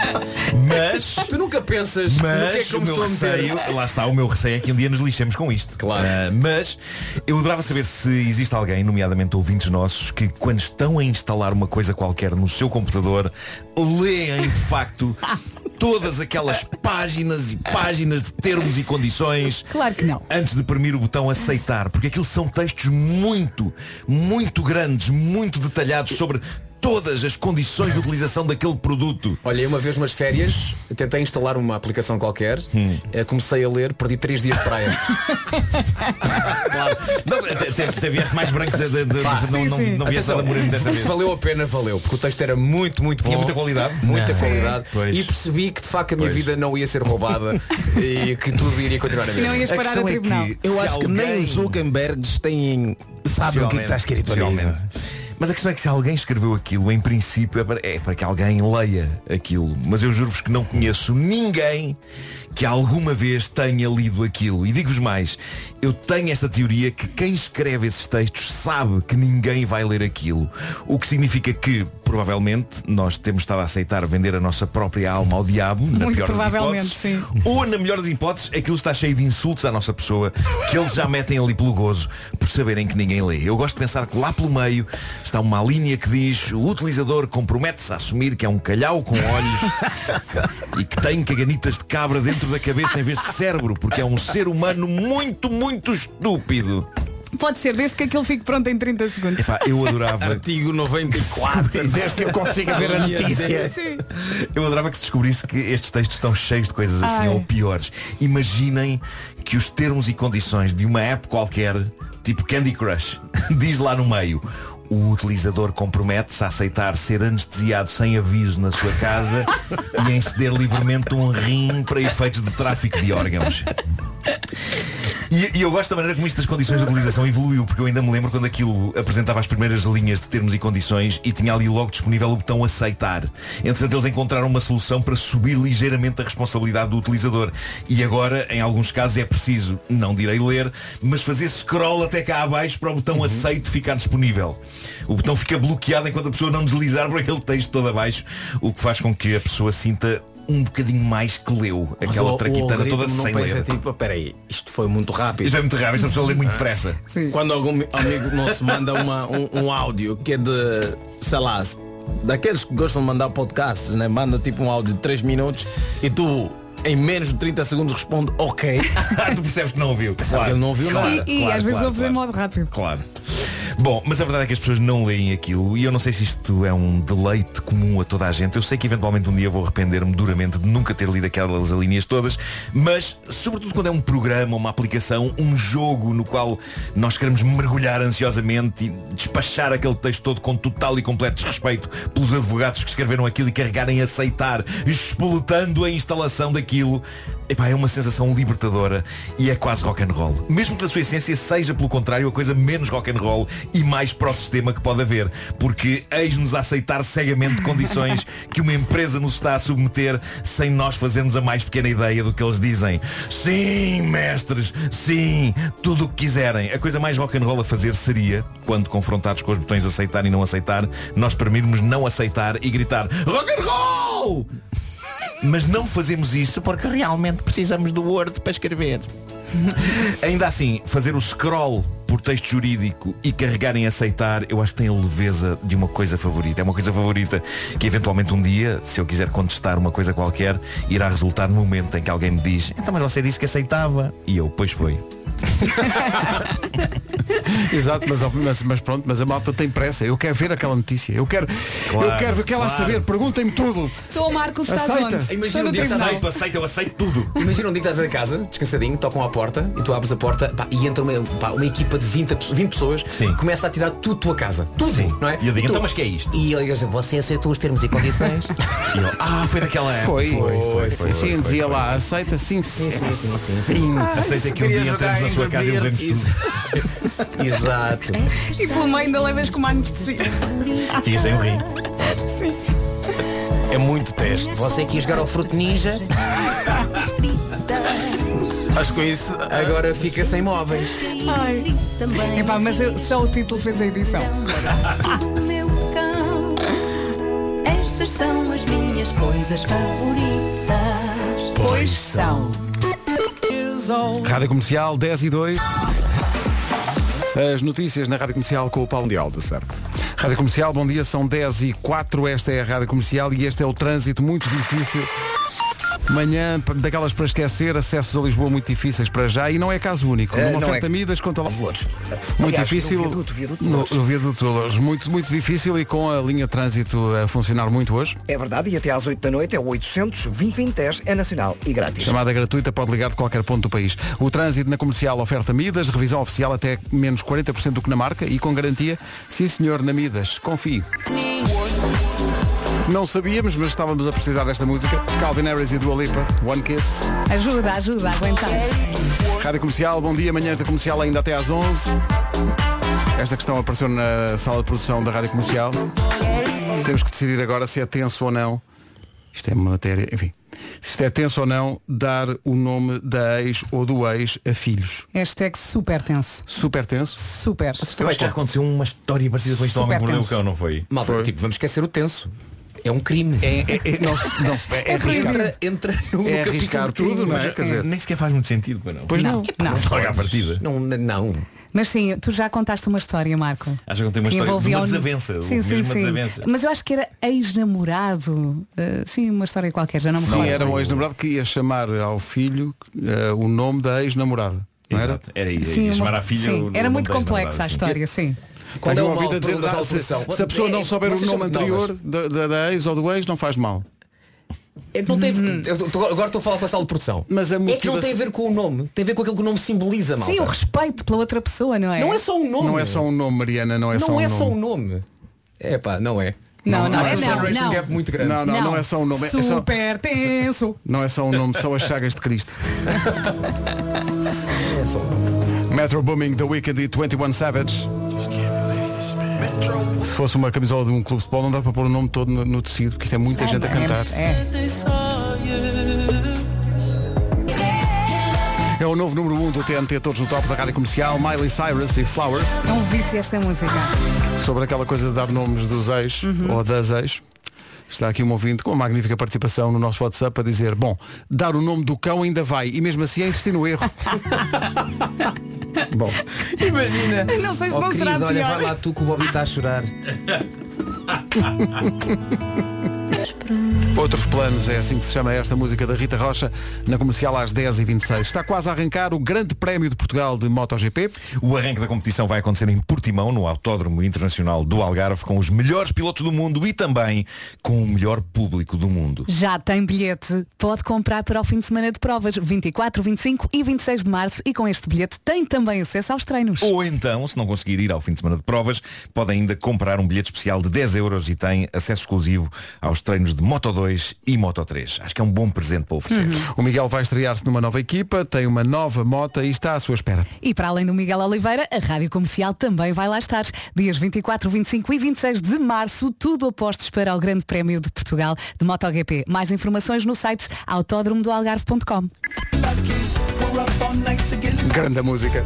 [SPEAKER 13] Mas.
[SPEAKER 8] Tu nunca pensas no que é
[SPEAKER 13] Mas
[SPEAKER 8] que eu
[SPEAKER 13] o
[SPEAKER 8] me
[SPEAKER 13] meu
[SPEAKER 8] estou a meter.
[SPEAKER 13] receio, lá está, o meu receio é que um dia nos lixemos com isto. Claro. mas eu adorava saber se existe alguém, nomeadamente ouvintes nossos, que quando estão a instalar uma coisa qualquer no seu computador, leem de facto todas aquelas páginas e páginas de termos e condições
[SPEAKER 3] Claro que não.
[SPEAKER 13] antes de premir o botão aceitar, porque aquilo são textos muito, muito grandes, muito detalhados sobre todas as condições de utilização daquele produto.
[SPEAKER 8] Olha, eu uma vez umas férias, tentei instalar uma aplicação qualquer,
[SPEAKER 1] Hum.
[SPEAKER 8] eh, comecei a ler, perdi três dias de praia.
[SPEAKER 13] Claro. Não, te, te, te vieste mais branco de, de, de,
[SPEAKER 8] Pá,
[SPEAKER 13] de- não, não, não vieste
[SPEAKER 8] Atenção,
[SPEAKER 13] nada moreno dessa
[SPEAKER 8] Então, se
[SPEAKER 13] vez.
[SPEAKER 8] valeu a pena, valeu, porque o texto era muito, muito bom.
[SPEAKER 13] Tinha muita qualidade?
[SPEAKER 8] Muita
[SPEAKER 13] Não.
[SPEAKER 8] qualidade.
[SPEAKER 13] Pois.
[SPEAKER 8] E percebi que de facto a minha
[SPEAKER 13] Pois.
[SPEAKER 8] vida não ia ser roubada e que tudo iria continuar a mesma.
[SPEAKER 18] A questão é que eu acho que nem os Zuckerbergs têm. sabem o que é que está escrito ali.
[SPEAKER 13] Possivelmente. Mas a questão é que se alguém escreveu aquilo, em princípio é para, é para que alguém leia aquilo. Mas eu juro-vos que não conheço ninguém que alguma vez tenha lido aquilo. E digo-vos mais, eu tenho esta teoria que quem escreve esses textos sabe que ninguém vai ler aquilo. O que significa que, provavelmente, nós temos estado a aceitar vender a nossa própria alma ao diabo, na
[SPEAKER 3] Muito
[SPEAKER 13] pior das
[SPEAKER 3] provavelmente,
[SPEAKER 13] hipóteses.
[SPEAKER 3] sim.
[SPEAKER 13] Ou, na melhor das hipóteses, aquilo está cheio de insultos à nossa pessoa que eles já metem ali pelo gozo por saberem que ninguém lê. Eu gosto de pensar que lá pelo meio está uma linha que diz o utilizador compromete-se a assumir que é um calhau com olhos e que tem caganitas de cabra dentro da cabeça em vez de cérebro, porque é um ser humano muito, muito estúpido.
[SPEAKER 3] Pode ser, desde que aquilo fique pronto em 30 segundos.
[SPEAKER 13] Epá, eu adorava. Artigo 94.
[SPEAKER 3] desde que eu consiga ver a
[SPEAKER 13] é,
[SPEAKER 3] notícia. Sim.
[SPEAKER 13] Eu adorava que se descobrisse que estes textos estão cheios de coisas assim
[SPEAKER 3] Ai.
[SPEAKER 13] ou piores. Imaginem que os termos e condições de uma app qualquer, tipo Candy Crush, diz lá no meio. O utilizador compromete-se a aceitar ser anestesiado sem aviso na sua casa e em ceder livremente um rim para efeitos de tráfico de órgãos. E, e eu gosto da maneira como isto das condições de utilização evoluiu, porque eu ainda me lembro quando aquilo apresentava as primeiras linhas de termos e condições e tinha ali logo disponível o botão aceitar. Entretanto, eles encontraram uma solução para subir ligeiramente a responsabilidade do utilizador. E agora, em alguns casos, é preciso, não direi ler, mas fazer scroll até cá abaixo para o botão aceito ficar disponível. O botão fica bloqueado enquanto a pessoa não deslizar por aquele texto todo abaixo, o que faz com que a pessoa sinta um bocadinho mais que leu
[SPEAKER 18] Mas
[SPEAKER 13] aquela
[SPEAKER 18] o- o
[SPEAKER 13] traquitana
[SPEAKER 18] algoritmo
[SPEAKER 13] toda
[SPEAKER 18] não
[SPEAKER 13] sem
[SPEAKER 18] pensa,
[SPEAKER 13] ler.
[SPEAKER 18] tipo, peraí, isto foi muito rápido.
[SPEAKER 13] Isto é muito rápido, esta pessoa lê muito depressa.
[SPEAKER 18] Quando algum amigo nosso manda uma- um, um áudio que é de, sei lá, daqueles que gostam de mandar podcasts, né? manda tipo um áudio de 3 minutos e tu
[SPEAKER 15] em menos de 30 segundos responde ok.
[SPEAKER 13] tu percebes que não ouviu.
[SPEAKER 15] Sabe que ele não ouviu
[SPEAKER 3] E-
[SPEAKER 15] nada.
[SPEAKER 3] e às vezes ouves em modo rápido.
[SPEAKER 13] Claro. Bom, mas a verdade é que as pessoas não leem aquilo e eu não sei se isto é um deleite comum a toda a gente. Eu sei que eventualmente um dia vou arrepender-me duramente de nunca ter lido aquelas alíneas todas, mas sobretudo quando é um programa, uma aplicação, um jogo no qual nós queremos mergulhar ansiosamente e despachar aquele texto todo com total e completo desrespeito pelos advogados que escreveram aquilo e carregarem em aceitar, espoletando a instalação daquilo, epá, é uma sensação libertadora e é quase rock and roll. Mesmo que na sua essência seja, pelo contrário, a coisa menos rock and roll e mais para o sistema que pode haver, porque eis-nos a aceitar cegamente condições que uma empresa nos está a submeter sem nós fazermos a mais pequena ideia do que eles dizem. Sim, mestres, sim, tudo o que quiserem. A coisa mais rock and roll a fazer seria, quando confrontados com os botões aceitar e não aceitar, nós permitirmos não aceitar e gritar rock and roll! Mas não fazemos isso porque realmente precisamos do Word para escrever. Ainda assim, fazer o scroll por texto jurídico e carregar em aceitar, eu acho que tem a leveza de uma coisa favorita. É uma coisa favorita que eventualmente um dia, se eu quiser contestar uma coisa qualquer, irá resultar no momento em que alguém me diz, então mas você disse que aceitava. E eu, pois foi.
[SPEAKER 1] Exato, mas, mas- mas pronto, mas a malta tem pressa. Eu quero ver aquela notícia. Eu quero, eu
[SPEAKER 13] Claro,
[SPEAKER 1] quero ver o que ela a
[SPEAKER 13] claro.
[SPEAKER 1] saber. Perguntem-me tudo.
[SPEAKER 3] Sou o Marco, estás
[SPEAKER 1] Aceita.
[SPEAKER 3] onde? Estou
[SPEAKER 8] Imagina
[SPEAKER 3] no
[SPEAKER 8] um dia
[SPEAKER 3] tribunal.
[SPEAKER 8] aceito,
[SPEAKER 13] aceito, eu aceito tudo.
[SPEAKER 8] Imagina um dia que estás em casa, descansadinho, tocam à porta e tu abres a porta pá, e entra uma, pá, uma equipa de 20, pe- 20 pessoas
[SPEAKER 13] Sim.
[SPEAKER 8] começa a tirar tudo tua casa. Tudo, não é?
[SPEAKER 13] E eu digo,
[SPEAKER 8] tu-
[SPEAKER 13] então mas que é isto?
[SPEAKER 8] E eu digo assim, você aceitou os termos e condições?
[SPEAKER 13] E eu, ah, foi daquela época.
[SPEAKER 1] é? Foi.
[SPEAKER 13] foi, foi,
[SPEAKER 1] sim,
[SPEAKER 13] foi, foi,
[SPEAKER 1] dizia
[SPEAKER 13] foi.
[SPEAKER 1] lá, aceita sim, sim, sim. sim,
[SPEAKER 13] Ah, Aceita que um dia entramos na sua casa e levemos tudo.
[SPEAKER 8] Exato.
[SPEAKER 3] E pelo meio ainda levas com uma anestesia.
[SPEAKER 13] Tinha sem um rim.
[SPEAKER 15] É muito teste.
[SPEAKER 8] Você quis jogar ao fruto ninja?
[SPEAKER 15] Acho que com isso.
[SPEAKER 13] ah,
[SPEAKER 8] Agora fica sem móveis.
[SPEAKER 3] Ai. Epá, mas eu- só o título fez a edição.
[SPEAKER 4] O meu cão. Estas são as minhas coisas favoritas.
[SPEAKER 3] Pois são.
[SPEAKER 1] Rádio Comercial 10 e 2. As notícias na Rádio Comercial com o Paulo Mundial de Servo. Rádio Comercial, bom dia, são 10 e 4, esta é a Rádio Comercial e este é o trânsito muito difícil. Manhã, p- daquelas para esquecer, acessos a Lisboa muito difíceis para já e não é caso único.
[SPEAKER 2] Eh,
[SPEAKER 1] Numa
[SPEAKER 2] não
[SPEAKER 1] oferta
[SPEAKER 2] é.
[SPEAKER 1] Midas contra lá. Muito
[SPEAKER 2] Aliás,
[SPEAKER 1] difícil.
[SPEAKER 2] no viaduto, viaduto
[SPEAKER 1] no,
[SPEAKER 2] Lourdes.
[SPEAKER 1] no viaduto Lourdes. Muito, muito difícil e com a linha de trânsito a funcionar muito hoje.
[SPEAKER 2] É verdade, e até às 8 da noite é o 800 2010 é nacional e grátis.
[SPEAKER 1] Chamada gratuita pode ligar de qualquer ponto do país. O trânsito na comercial oferta Midas, revisão oficial até menos 40% do que na marca e com garantia, sim senhor, na Midas. Confie. Não sabíamos, mas estávamos a precisar desta música. Calvin Harris e Dua Lipa, One Kiss.
[SPEAKER 3] Ajuda, ajuda, a aguentar.
[SPEAKER 1] Rádio Comercial, bom dia, manhãs da Comercial ainda até às 11. Esta questão apareceu na sala de produção da Rádio Comercial. Temos que decidir agora se é tenso ou não. Isto é uma matéria, enfim. Se isto é tenso ou não, dar o nome da ex ou do ex a filhos.
[SPEAKER 3] Hashtag super tenso.
[SPEAKER 1] Super tenso.
[SPEAKER 3] Super.
[SPEAKER 13] Eu acho que já aconteceu uma história parecida com este homem que
[SPEAKER 3] Super
[SPEAKER 13] mordeu o
[SPEAKER 3] tenso.
[SPEAKER 13] cão, não foi?
[SPEAKER 8] Malta,
[SPEAKER 13] Foi.
[SPEAKER 8] tipo, vamos esquecer o tenso. É um crime.
[SPEAKER 1] É, é- é- não se- não se- é- é arriscado.
[SPEAKER 8] Entra, entra no,
[SPEAKER 1] É
[SPEAKER 8] no
[SPEAKER 1] arriscar
[SPEAKER 8] capítulo do
[SPEAKER 1] tudo,
[SPEAKER 8] crime.
[SPEAKER 1] não é? Quer dizer-
[SPEAKER 13] Nem sequer faz muito sentido, pois não.
[SPEAKER 1] Pois não.
[SPEAKER 3] Não.
[SPEAKER 13] Logo à partida.
[SPEAKER 8] Não, não.
[SPEAKER 3] Mas sim, tu já contaste uma história, Marco.
[SPEAKER 13] Acho que eu tenho Ah, uma
[SPEAKER 3] que
[SPEAKER 13] história de
[SPEAKER 3] envolvia
[SPEAKER 13] uma
[SPEAKER 3] um-
[SPEAKER 13] desavença.
[SPEAKER 3] Sim,
[SPEAKER 13] mesmo
[SPEAKER 3] sim,
[SPEAKER 13] uma
[SPEAKER 3] sim.
[SPEAKER 13] desavença.
[SPEAKER 3] Mas eu acho que era ex-namorado. Uh, sim, uma história qualquer, já não é me
[SPEAKER 1] Sim,
[SPEAKER 3] recordo.
[SPEAKER 1] era um ex-namorado que ia chamar ao filho eh, o nome da ex-namorada. Não era?
[SPEAKER 13] Exato. Era isso.
[SPEAKER 3] Sim,
[SPEAKER 13] ia chamar
[SPEAKER 3] uma-
[SPEAKER 13] a filha.
[SPEAKER 3] sim,
[SPEAKER 13] o- o
[SPEAKER 3] era
[SPEAKER 13] nome
[SPEAKER 3] muito
[SPEAKER 13] da ex-namorada,
[SPEAKER 3] complexa a
[SPEAKER 13] sim.
[SPEAKER 3] história, sim.
[SPEAKER 8] Qual é
[SPEAKER 1] Tenho
[SPEAKER 8] o
[SPEAKER 1] ouvido
[SPEAKER 8] mal
[SPEAKER 1] a dizer,
[SPEAKER 8] para mudar a
[SPEAKER 1] se,
[SPEAKER 8] solução?
[SPEAKER 1] se a pessoa não souber o
[SPEAKER 8] Vocês são
[SPEAKER 1] nome
[SPEAKER 8] muito
[SPEAKER 1] anterior
[SPEAKER 8] novas.
[SPEAKER 1] da, da- da ex ou do ex, não faz mal.
[SPEAKER 8] É que não tem,
[SPEAKER 2] Hum.
[SPEAKER 8] eu tô- agora estou a falar com a sala de produção.
[SPEAKER 1] Mas a
[SPEAKER 8] É que não tem a
[SPEAKER 1] motivação...
[SPEAKER 8] ver com o nome, tem a ver com aquilo que o nome simboliza, malta.
[SPEAKER 3] Sim, o respeito pela outra pessoa, não é?
[SPEAKER 8] Não é só um nome.
[SPEAKER 1] Não é só um nome, Mariana, não é
[SPEAKER 8] Não
[SPEAKER 1] só um
[SPEAKER 8] é
[SPEAKER 1] nome.
[SPEAKER 8] só um nome. É pá, não é.
[SPEAKER 3] Não, não,
[SPEAKER 8] Há
[SPEAKER 3] é
[SPEAKER 8] um
[SPEAKER 3] não,
[SPEAKER 8] generation
[SPEAKER 3] não.
[SPEAKER 8] gap muito grande.
[SPEAKER 1] Não, não, não, é só um nome. É só,
[SPEAKER 3] Super tenso.
[SPEAKER 1] não é só um nome, são as chagas de Cristo. Metro Booming, The Wicked e 21 Savage. Se fosse uma camisola de um clube de futebol, não dá para pôr o nome todo no, no tecido, porque isto é muita gente a cantar.
[SPEAKER 3] É.
[SPEAKER 1] É o novo número 1 um do TNT, todos no top da rádio comercial, Miley Cyrus e Flowers.
[SPEAKER 3] É um vício esta música.
[SPEAKER 1] Sobre aquela coisa de dar nomes dos ex
[SPEAKER 3] Uhum.
[SPEAKER 1] ou das ex. Está aqui um ouvinte com uma magnífica participação no nosso WhatsApp a dizer, bom, dar o nome do cão ainda vai e mesmo assim é insistir no erro. bom,
[SPEAKER 8] Imagina.
[SPEAKER 3] Não sei se
[SPEAKER 8] Oh,
[SPEAKER 3] não será
[SPEAKER 8] querido, olha,
[SPEAKER 3] pior.
[SPEAKER 8] vai lá tu que o Bobby está a chorar.
[SPEAKER 1] Outros planos é assim que se chama esta música da Rita Rocha, na comercial às 10h26. Está quase a arrancar o Grande Prémio de Portugal de MotoGP.
[SPEAKER 13] O arranque da competição vai acontecer em Portimão, no Autódromo Internacional do Algarve, com os melhores pilotos do mundo e também com o melhor público do mundo.
[SPEAKER 3] Já tem bilhete. Pode comprar para o fim de semana de provas, 24, 25 e 26 de março. E com este bilhete tem também acesso aos treinos.
[SPEAKER 13] Ou então, se não conseguir ir ao fim de semana de provas, pode ainda comprar um bilhete especial de 10 euros e tem acesso exclusivo aos treinos de Moto 2 e Moto 3. Acho que é um bom presente para oferecer.
[SPEAKER 1] O Miguel vai estrear-se numa nova equipa, tem uma nova moto e está à sua espera.
[SPEAKER 3] E para além do Miguel Oliveira, a Rádio Comercial também vai lá estar. Dias 24, 25 e 26 de março, tudo apostos para o Grande Prémio de Portugal de MotoGP. Mais informações no site autódromodoalgarve.com.
[SPEAKER 1] Grande música.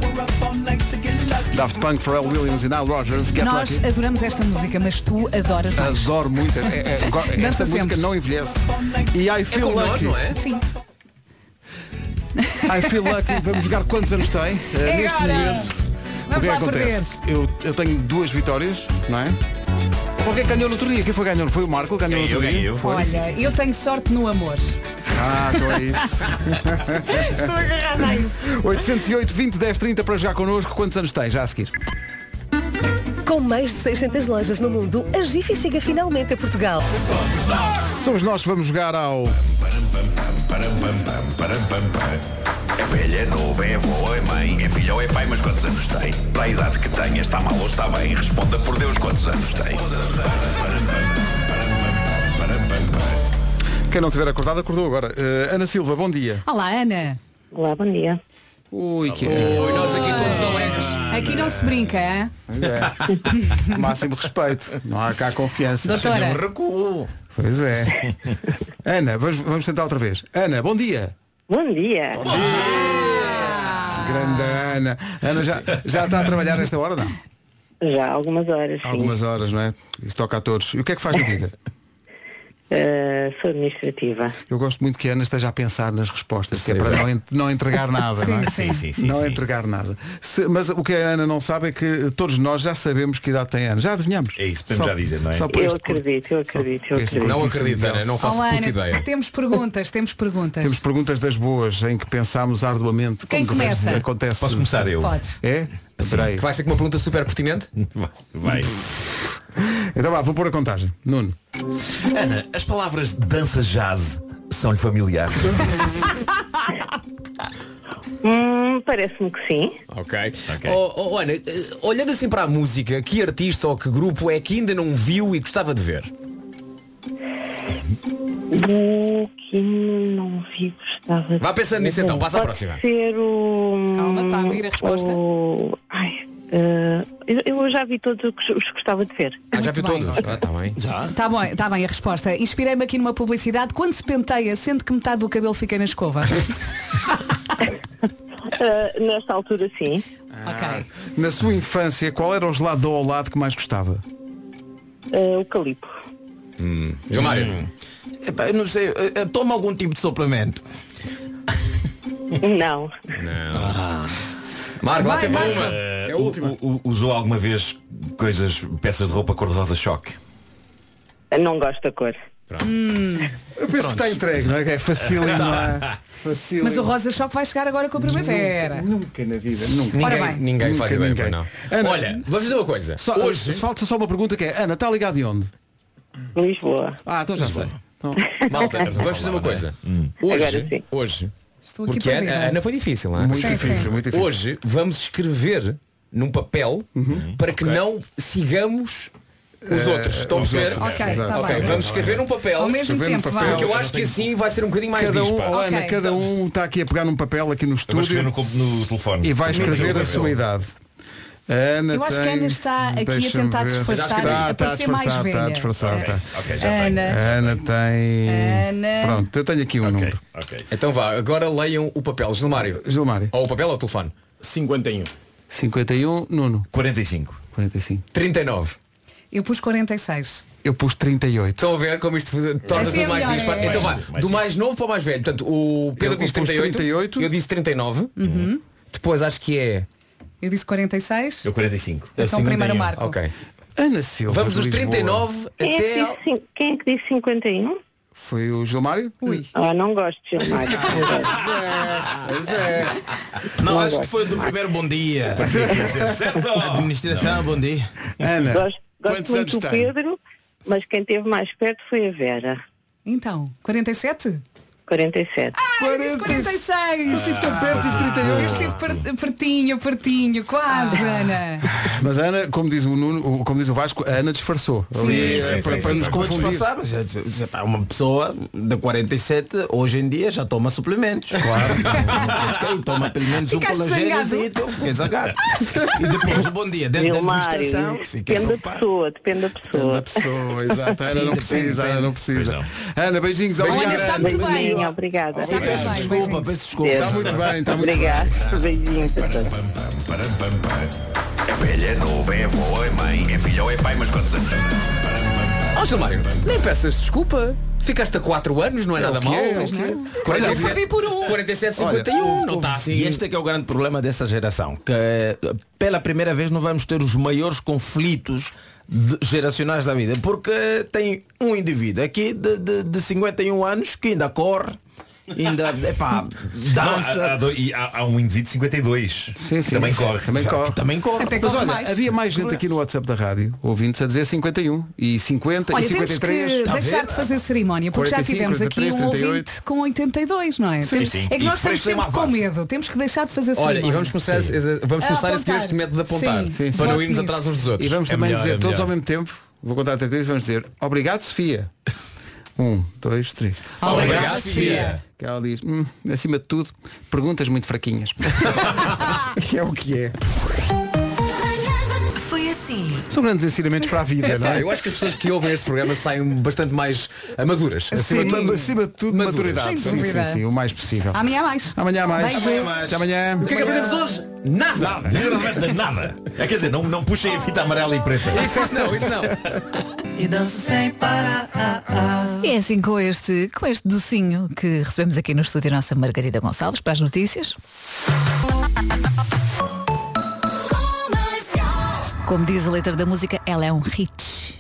[SPEAKER 1] Daft Punk, Pharrell Williams e Nile Rogers. Get
[SPEAKER 3] Nós eh,
[SPEAKER 1] Lucky.
[SPEAKER 3] adoramos esta música, mas tu adoras mais.
[SPEAKER 1] Adoro muito. É- é- é- go-
[SPEAKER 3] Dança
[SPEAKER 1] esta música
[SPEAKER 3] sempre.
[SPEAKER 1] não envelhece. E I Feel
[SPEAKER 3] como nós,
[SPEAKER 1] Lucky.
[SPEAKER 3] não é? Sim.
[SPEAKER 1] I Feel Lucky. Vamos jogar quantos anos tem? Uh,
[SPEAKER 3] É
[SPEAKER 1] neste
[SPEAKER 3] agora.
[SPEAKER 1] momento.
[SPEAKER 3] Vamos
[SPEAKER 1] o que é
[SPEAKER 3] lá
[SPEAKER 1] que acontece? Eu, eu tenho duas vitórias, não é? Qualquer ganhou no outro dia. Quem foi ganhou? Foi o Marco, ganhou no
[SPEAKER 13] Ganhei
[SPEAKER 1] outro
[SPEAKER 13] eu,
[SPEAKER 1] dia.
[SPEAKER 13] ganhei eu.
[SPEAKER 1] Foi.
[SPEAKER 3] Olha, eu tenho sorte no amor.
[SPEAKER 1] Ah, então é isso.
[SPEAKER 3] Estou agarrada a isso.
[SPEAKER 1] 808 20 10 30 para jogar connosco. Quantos anos tens? Já a seguir.
[SPEAKER 19] Com mais de 600 lojas no mundo, a Gifi chega finalmente a Portugal.
[SPEAKER 1] Somos nós que vamos jogar ao
[SPEAKER 20] É velha, é novo, é avó, é mãe, é filha ou é pai, mas quantos anos tem? Para a idade que tem, está mal ou está bem? Responda por Deus quantos anos tem.
[SPEAKER 1] Quem não tiver acordado, acordou agora. Eh, Ana Silva, bom dia.
[SPEAKER 3] Olá, Ana. Olá, bom dia.
[SPEAKER 1] Ui, que é.
[SPEAKER 3] Oi,
[SPEAKER 1] nós
[SPEAKER 3] aqui todos Ah, Aqui não se brinca, é?
[SPEAKER 1] É. Máximo respeito. Não há cá confiança. um
[SPEAKER 3] Doutora. Eu
[SPEAKER 1] recuo. Pois é. Ana, vamos, vamos tentar outra vez. Ana, bom dia.
[SPEAKER 21] Bom dia.
[SPEAKER 1] Grande Ana. Ana já, já está a trabalhar nesta hora, não?
[SPEAKER 21] Já há algumas horas, sim.
[SPEAKER 1] Algumas horas, não é? Isso toca a todos. E o que é que faz na vida?
[SPEAKER 21] Eh, sou administrativa.
[SPEAKER 1] Eu gosto muito que a Ana esteja a pensar nas respostas, que é
[SPEAKER 21] Sim,
[SPEAKER 1] para
[SPEAKER 21] sim.
[SPEAKER 1] não, en- não entregar nada, não é?
[SPEAKER 21] Sim, sim. Sim, sim,
[SPEAKER 1] Não
[SPEAKER 21] sim.
[SPEAKER 1] entregar nada. Se- mas o que a Ana não sabe é que todos nós já sabemos que idade tem a Ana. Já adivinhamos. É isso,
[SPEAKER 13] podemos já dizer, não é?
[SPEAKER 1] Só por
[SPEAKER 21] Eu
[SPEAKER 1] este curto-
[SPEAKER 21] acredito, eu acredito, eu
[SPEAKER 1] este
[SPEAKER 21] acredito.
[SPEAKER 1] curtíssimo verão.
[SPEAKER 3] Olá, Ana. Temos perguntas, temos perguntas.
[SPEAKER 1] Temos perguntas das boas em que pensámos arduamente.
[SPEAKER 3] Quem
[SPEAKER 1] como de resto
[SPEAKER 3] começa?
[SPEAKER 1] Acontece.
[SPEAKER 13] Posso começar eu?
[SPEAKER 3] Podes.
[SPEAKER 1] É? Espera aí.
[SPEAKER 8] Que vai ser com uma pergunta super pertinente?
[SPEAKER 13] Vai.
[SPEAKER 1] Então vá, vou pôr a contagem. Nuno.
[SPEAKER 13] Ana, as palavras dança jazz são-lhe familiares.
[SPEAKER 21] Hum, Parece-me que sim.
[SPEAKER 8] Ok. Oh, oh, Ana, eh, olhando assim para a música, que artista ou que grupo é que ainda não viu e gostava de ver?
[SPEAKER 21] O que não vi gostava
[SPEAKER 8] Vá pensando nisso então, passa à
[SPEAKER 21] Pode
[SPEAKER 8] próxima.
[SPEAKER 21] ser o...
[SPEAKER 3] Calma, está a vir a resposta.
[SPEAKER 21] o- Ai, eh, eu, eu já vi todos os que os que gostava de ver.
[SPEAKER 8] Ah, já viu
[SPEAKER 3] Muito bem.
[SPEAKER 8] todos? Ah, tá bem. Já?
[SPEAKER 3] Está bom, está bem a resposta. Inspirei-me aqui numa publicidade. Quando se penteia, sente que metade do cabelo fica na escova.
[SPEAKER 21] Eh, nesta altura, sim.
[SPEAKER 8] Ah,
[SPEAKER 3] ok.
[SPEAKER 1] Na sua infância, qual era o gelado ao lado que mais gostava?
[SPEAKER 21] Eh, o calipo.
[SPEAKER 8] João Mário.
[SPEAKER 13] Hum.
[SPEAKER 18] Epá, eu não sei, eh, eh, toma algum tipo de suplemento.
[SPEAKER 21] Não.
[SPEAKER 13] Não.
[SPEAKER 8] Marco,
[SPEAKER 21] Vai,
[SPEAKER 8] até para
[SPEAKER 21] Marco.
[SPEAKER 8] uma.
[SPEAKER 13] É a última. usou alguma vez coisas, peças de roupa cor-de-rosa choque?
[SPEAKER 21] Eh, Não gosto da cor.
[SPEAKER 1] Eu penso que está entregue, não é? É fácil, não é? Fácil.
[SPEAKER 3] Mas o Rosa Choque vai chegar agora com a primavera.
[SPEAKER 1] Nunca na vida, nunca.
[SPEAKER 3] Ora
[SPEAKER 8] Ninguém,
[SPEAKER 3] bem.
[SPEAKER 8] ninguém
[SPEAKER 1] Nunca
[SPEAKER 8] faz ideia,
[SPEAKER 1] ninguém.
[SPEAKER 8] pois não.
[SPEAKER 1] Ana-
[SPEAKER 8] Olha, vamos fazer uma coisa.
[SPEAKER 1] Só-
[SPEAKER 8] Hoje.
[SPEAKER 1] Falta só uma pergunta que é, Ana, está ligada de onde?
[SPEAKER 21] Lisboa.
[SPEAKER 1] Ah, então já sei.
[SPEAKER 8] Malta, vamos fazer uma coisa.
[SPEAKER 21] Agora
[SPEAKER 8] Hoje,
[SPEAKER 13] é?
[SPEAKER 21] sim.
[SPEAKER 8] hoje
[SPEAKER 3] Estou aqui
[SPEAKER 8] porque a
[SPEAKER 3] perdida.
[SPEAKER 8] Ana, a Ana foi difícil, não é?
[SPEAKER 1] Muito Sim, difícil, sim. muito difícil.
[SPEAKER 8] Hoje vamos escrever num papel
[SPEAKER 13] Uhum.
[SPEAKER 8] para que não sigamos os
[SPEAKER 1] Eh,
[SPEAKER 8] outros. Estão a
[SPEAKER 1] os
[SPEAKER 8] perceber?
[SPEAKER 1] outros. Ok,
[SPEAKER 3] tá
[SPEAKER 8] Ok,
[SPEAKER 3] bem.
[SPEAKER 8] vamos escrever num papel.
[SPEAKER 3] Ao mesmo Escrever num tempo, papel. vá.
[SPEAKER 8] Porque eu acho que assim vai ser um bocadinho mais
[SPEAKER 1] Cada um,
[SPEAKER 8] dispar.
[SPEAKER 1] oh, Ana, cada um está aqui a pegar num papel aqui no
[SPEAKER 13] Eu vou
[SPEAKER 1] estúdio
[SPEAKER 13] escrever no, comp- no telefone.
[SPEAKER 1] e vai
[SPEAKER 13] No
[SPEAKER 1] escrever
[SPEAKER 13] papel.
[SPEAKER 1] a sua idade. A Ana
[SPEAKER 3] Eu acho que a
[SPEAKER 1] tem-
[SPEAKER 3] Ana está aqui a
[SPEAKER 1] deixa-me
[SPEAKER 3] tentar
[SPEAKER 1] ver. Tá, Está,
[SPEAKER 3] disfarçar, a
[SPEAKER 1] está
[SPEAKER 3] parecer mais
[SPEAKER 1] disfarçar, está
[SPEAKER 3] velha.
[SPEAKER 1] disfarçar,
[SPEAKER 3] Ok,
[SPEAKER 1] está.
[SPEAKER 3] ok, já
[SPEAKER 8] tá.
[SPEAKER 3] Ana.
[SPEAKER 1] A
[SPEAKER 3] tenho.
[SPEAKER 1] tá. Ana tem.
[SPEAKER 3] Ana.
[SPEAKER 1] Pronto, eu tenho aqui um número.
[SPEAKER 8] Então vá, agora leiam o papel. Gilmário.
[SPEAKER 13] Ah,
[SPEAKER 1] Gilmário.
[SPEAKER 8] Ou o papel ou o telefone?
[SPEAKER 18] 51.
[SPEAKER 1] 51, Nuno.
[SPEAKER 13] 45.
[SPEAKER 1] 45.
[SPEAKER 8] 39.
[SPEAKER 3] Eu pus 46.
[SPEAKER 1] Eu pus 38.
[SPEAKER 8] Estão a ver como isto torna
[SPEAKER 3] Assim é
[SPEAKER 8] tudo mais
[SPEAKER 3] melhor,
[SPEAKER 8] dispar.
[SPEAKER 3] é.
[SPEAKER 8] Então vá,
[SPEAKER 3] Mais
[SPEAKER 8] do mais novo para o mais velho. Portanto, o Pedro
[SPEAKER 1] Eu
[SPEAKER 8] disse
[SPEAKER 1] pus
[SPEAKER 8] 38,
[SPEAKER 1] 38.
[SPEAKER 8] eu disse 39.
[SPEAKER 3] Uhum.
[SPEAKER 8] Depois acho que é
[SPEAKER 3] Eu disse 46.
[SPEAKER 13] Eu 45.
[SPEAKER 1] É
[SPEAKER 3] Então, primeiro o Marco. assim.
[SPEAKER 8] Ok.
[SPEAKER 1] Ana Silva.
[SPEAKER 8] Vamos
[SPEAKER 1] um. de
[SPEAKER 8] dos
[SPEAKER 1] Lisboa.
[SPEAKER 8] 39
[SPEAKER 1] Quem é que
[SPEAKER 8] até.
[SPEAKER 1] disse
[SPEAKER 21] Sim, quem é que disse 51?
[SPEAKER 1] Foi o Gilmário?
[SPEAKER 21] Ah, não gosto de filmar.
[SPEAKER 15] Pois é. Não,
[SPEAKER 1] Não
[SPEAKER 15] acho
[SPEAKER 1] gosto.
[SPEAKER 15] que foi do primeiro bom dia.
[SPEAKER 1] Parecia que ia ser
[SPEAKER 20] certo.
[SPEAKER 15] Administração, bom dia.
[SPEAKER 1] Eh, Ana,
[SPEAKER 21] gosto gosto muito do Pedro, mas quem esteve mais perto foi a Vera.
[SPEAKER 3] Então, 47?
[SPEAKER 21] 47.
[SPEAKER 8] Ah,
[SPEAKER 3] Eu disse 46!
[SPEAKER 1] Estive tão perto dos 38.
[SPEAKER 3] Eu estive per- pertinho, pertinho, quase,
[SPEAKER 1] Ah.
[SPEAKER 3] Ana.
[SPEAKER 1] Mas a Ana, como diz o Nuno, o- como diz o Vasco, a Ana disfarçou.
[SPEAKER 15] Sim,
[SPEAKER 1] Ali, eh, para, para nos confundir.
[SPEAKER 15] Uma pessoa
[SPEAKER 8] Ah,
[SPEAKER 15] de 47, hoje em dia, já toma suplementos. Claro. Ok, toma pelo menos um
[SPEAKER 21] Ficaste
[SPEAKER 15] colagênio.
[SPEAKER 21] zangado.
[SPEAKER 15] Fiquei zangado. E depois o bom dia. Dentro da
[SPEAKER 21] Vilmário,
[SPEAKER 15] administração, fiquei
[SPEAKER 21] depende da
[SPEAKER 15] preocupado.
[SPEAKER 21] pessoa, depende da pessoa.
[SPEAKER 1] Pessoa, exato. A Ana
[SPEAKER 15] Sim,
[SPEAKER 1] não precisa, a Ana não precisa. Ana, beijinhos.
[SPEAKER 21] Olha,
[SPEAKER 1] obrigado,
[SPEAKER 21] está
[SPEAKER 1] Ana.
[SPEAKER 21] muito bem. Beijinho, obrigada. Está muito
[SPEAKER 1] Obrigado.
[SPEAKER 21] bem,
[SPEAKER 1] Desculpa, peço desculpa. Está muito bem, está muito bem.
[SPEAKER 21] Obrigada. Beijinho.
[SPEAKER 20] Param, pam, pam. É velha, novo, é avó, é mãe, é filho, é pai, mas quantos anos? tem?
[SPEAKER 8] Ó Gilmário, nem peças desculpa. Ficaste a 4 anos, não é, nada mal.
[SPEAKER 15] é.
[SPEAKER 8] 47,
[SPEAKER 1] um.
[SPEAKER 8] 47, 51,
[SPEAKER 15] Olha,
[SPEAKER 8] não está assim.
[SPEAKER 15] E este é que é o grande problema dessa geração, que eh, pela primeira vez não vamos ter os maiores conflitos de- geracionais da vida, porque tem um indivíduo aqui de, de, de 51 anos que ainda corre, ainda epá,
[SPEAKER 13] Não, há- há
[SPEAKER 15] dança.
[SPEAKER 13] do- e há, há um indivíduo de 52. Também corre.
[SPEAKER 1] Também corre.
[SPEAKER 15] Também corre.
[SPEAKER 1] Mas olha, havia mais gente aqui no WhatsApp da rádio, ouvintes a dizer 51 e 50
[SPEAKER 3] Olha,
[SPEAKER 1] e
[SPEAKER 3] temos
[SPEAKER 1] 53.
[SPEAKER 3] que Tá
[SPEAKER 1] Está a ver?
[SPEAKER 3] deixar de fazer cerimónia, porque já
[SPEAKER 1] 45,
[SPEAKER 3] tivemos aqui
[SPEAKER 1] 43,
[SPEAKER 3] um
[SPEAKER 1] 38.
[SPEAKER 3] ouvinte com 82, não é?
[SPEAKER 8] Sim,
[SPEAKER 3] Temos-
[SPEAKER 8] sim.
[SPEAKER 3] É que
[SPEAKER 8] E
[SPEAKER 3] nós estamos
[SPEAKER 8] foi
[SPEAKER 3] sempre
[SPEAKER 8] uma
[SPEAKER 3] com
[SPEAKER 8] fase.
[SPEAKER 3] medo, temos que deixar de fazer
[SPEAKER 8] Olha,
[SPEAKER 3] cerimónia.
[SPEAKER 8] e vamos começar, a- vamos
[SPEAKER 3] A
[SPEAKER 8] começar a seguir
[SPEAKER 3] apontar.
[SPEAKER 8] este método de apontar
[SPEAKER 3] Sim,
[SPEAKER 8] para
[SPEAKER 3] sim.
[SPEAKER 8] não
[SPEAKER 3] Gosto
[SPEAKER 8] irmos
[SPEAKER 3] nisso.
[SPEAKER 8] atrás uns dos outros.
[SPEAKER 1] E vamos também dizer todos ao
[SPEAKER 8] homens.
[SPEAKER 1] mesmo tempo, vou contar até três e vamos dizer obrigado Sofia. Um, dois, três.
[SPEAKER 8] Obrigado, Obrigado, Sofia. Sofia.
[SPEAKER 1] Que ela diz, "Hum, acima de tudo, perguntas muito fraquinhas. que é o que é.
[SPEAKER 12] Foi assim.
[SPEAKER 1] São grandes ensinamentos para a vida, não
[SPEAKER 8] Pá,
[SPEAKER 1] é?
[SPEAKER 8] Ah, eu acho que as pessoas que ouvem este programa saem bastante mais maduras.
[SPEAKER 1] Acima, de tudo, acima de tudo, maturidade.
[SPEAKER 8] Sem
[SPEAKER 1] Sim, sim,
[SPEAKER 8] dúvida.
[SPEAKER 1] sim, o mais possível.
[SPEAKER 3] Amanhã há mais.
[SPEAKER 1] Amanhã há mais.
[SPEAKER 3] Beijo.
[SPEAKER 1] Até amanhã.
[SPEAKER 8] O que é que aprendemos hoje? Nada.
[SPEAKER 13] Nada. Literalmente nada. É, quer dizer, não, não puxem a fita amarela e preta.
[SPEAKER 8] Isso, isso não, isso não.
[SPEAKER 12] E danço sem parar.
[SPEAKER 6] E é assim com este, com este docinho que recebemos aqui no estúdio a nossa Margarida Gonçalves para as notícias. Como diz a letra da música, ela é um hit.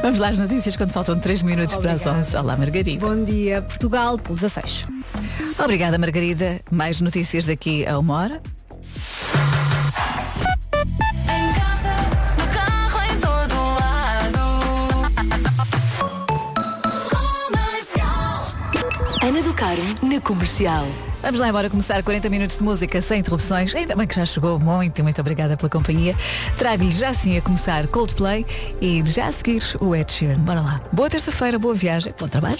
[SPEAKER 6] Vamos lá às notícias quando faltam 3 minutos para as 11. Olá, Margarida. Bom dia, Portugal, pelo 16. Obrigada, Margarida. Mais notícias daqui a uma hora.
[SPEAKER 12] No carro em todo lado.
[SPEAKER 6] Ana do Caro, na Comercial. Vamos lá embora começar 40 minutos de música sem interrupções. Ainda bem que já chegou muito, muito obrigada pela companhia. Trago-lhe já sim a começar Coldplay e já a seguir o Ed Sheeran. Bora lá. Boa terça-feira, boa viagem, bom trabalho.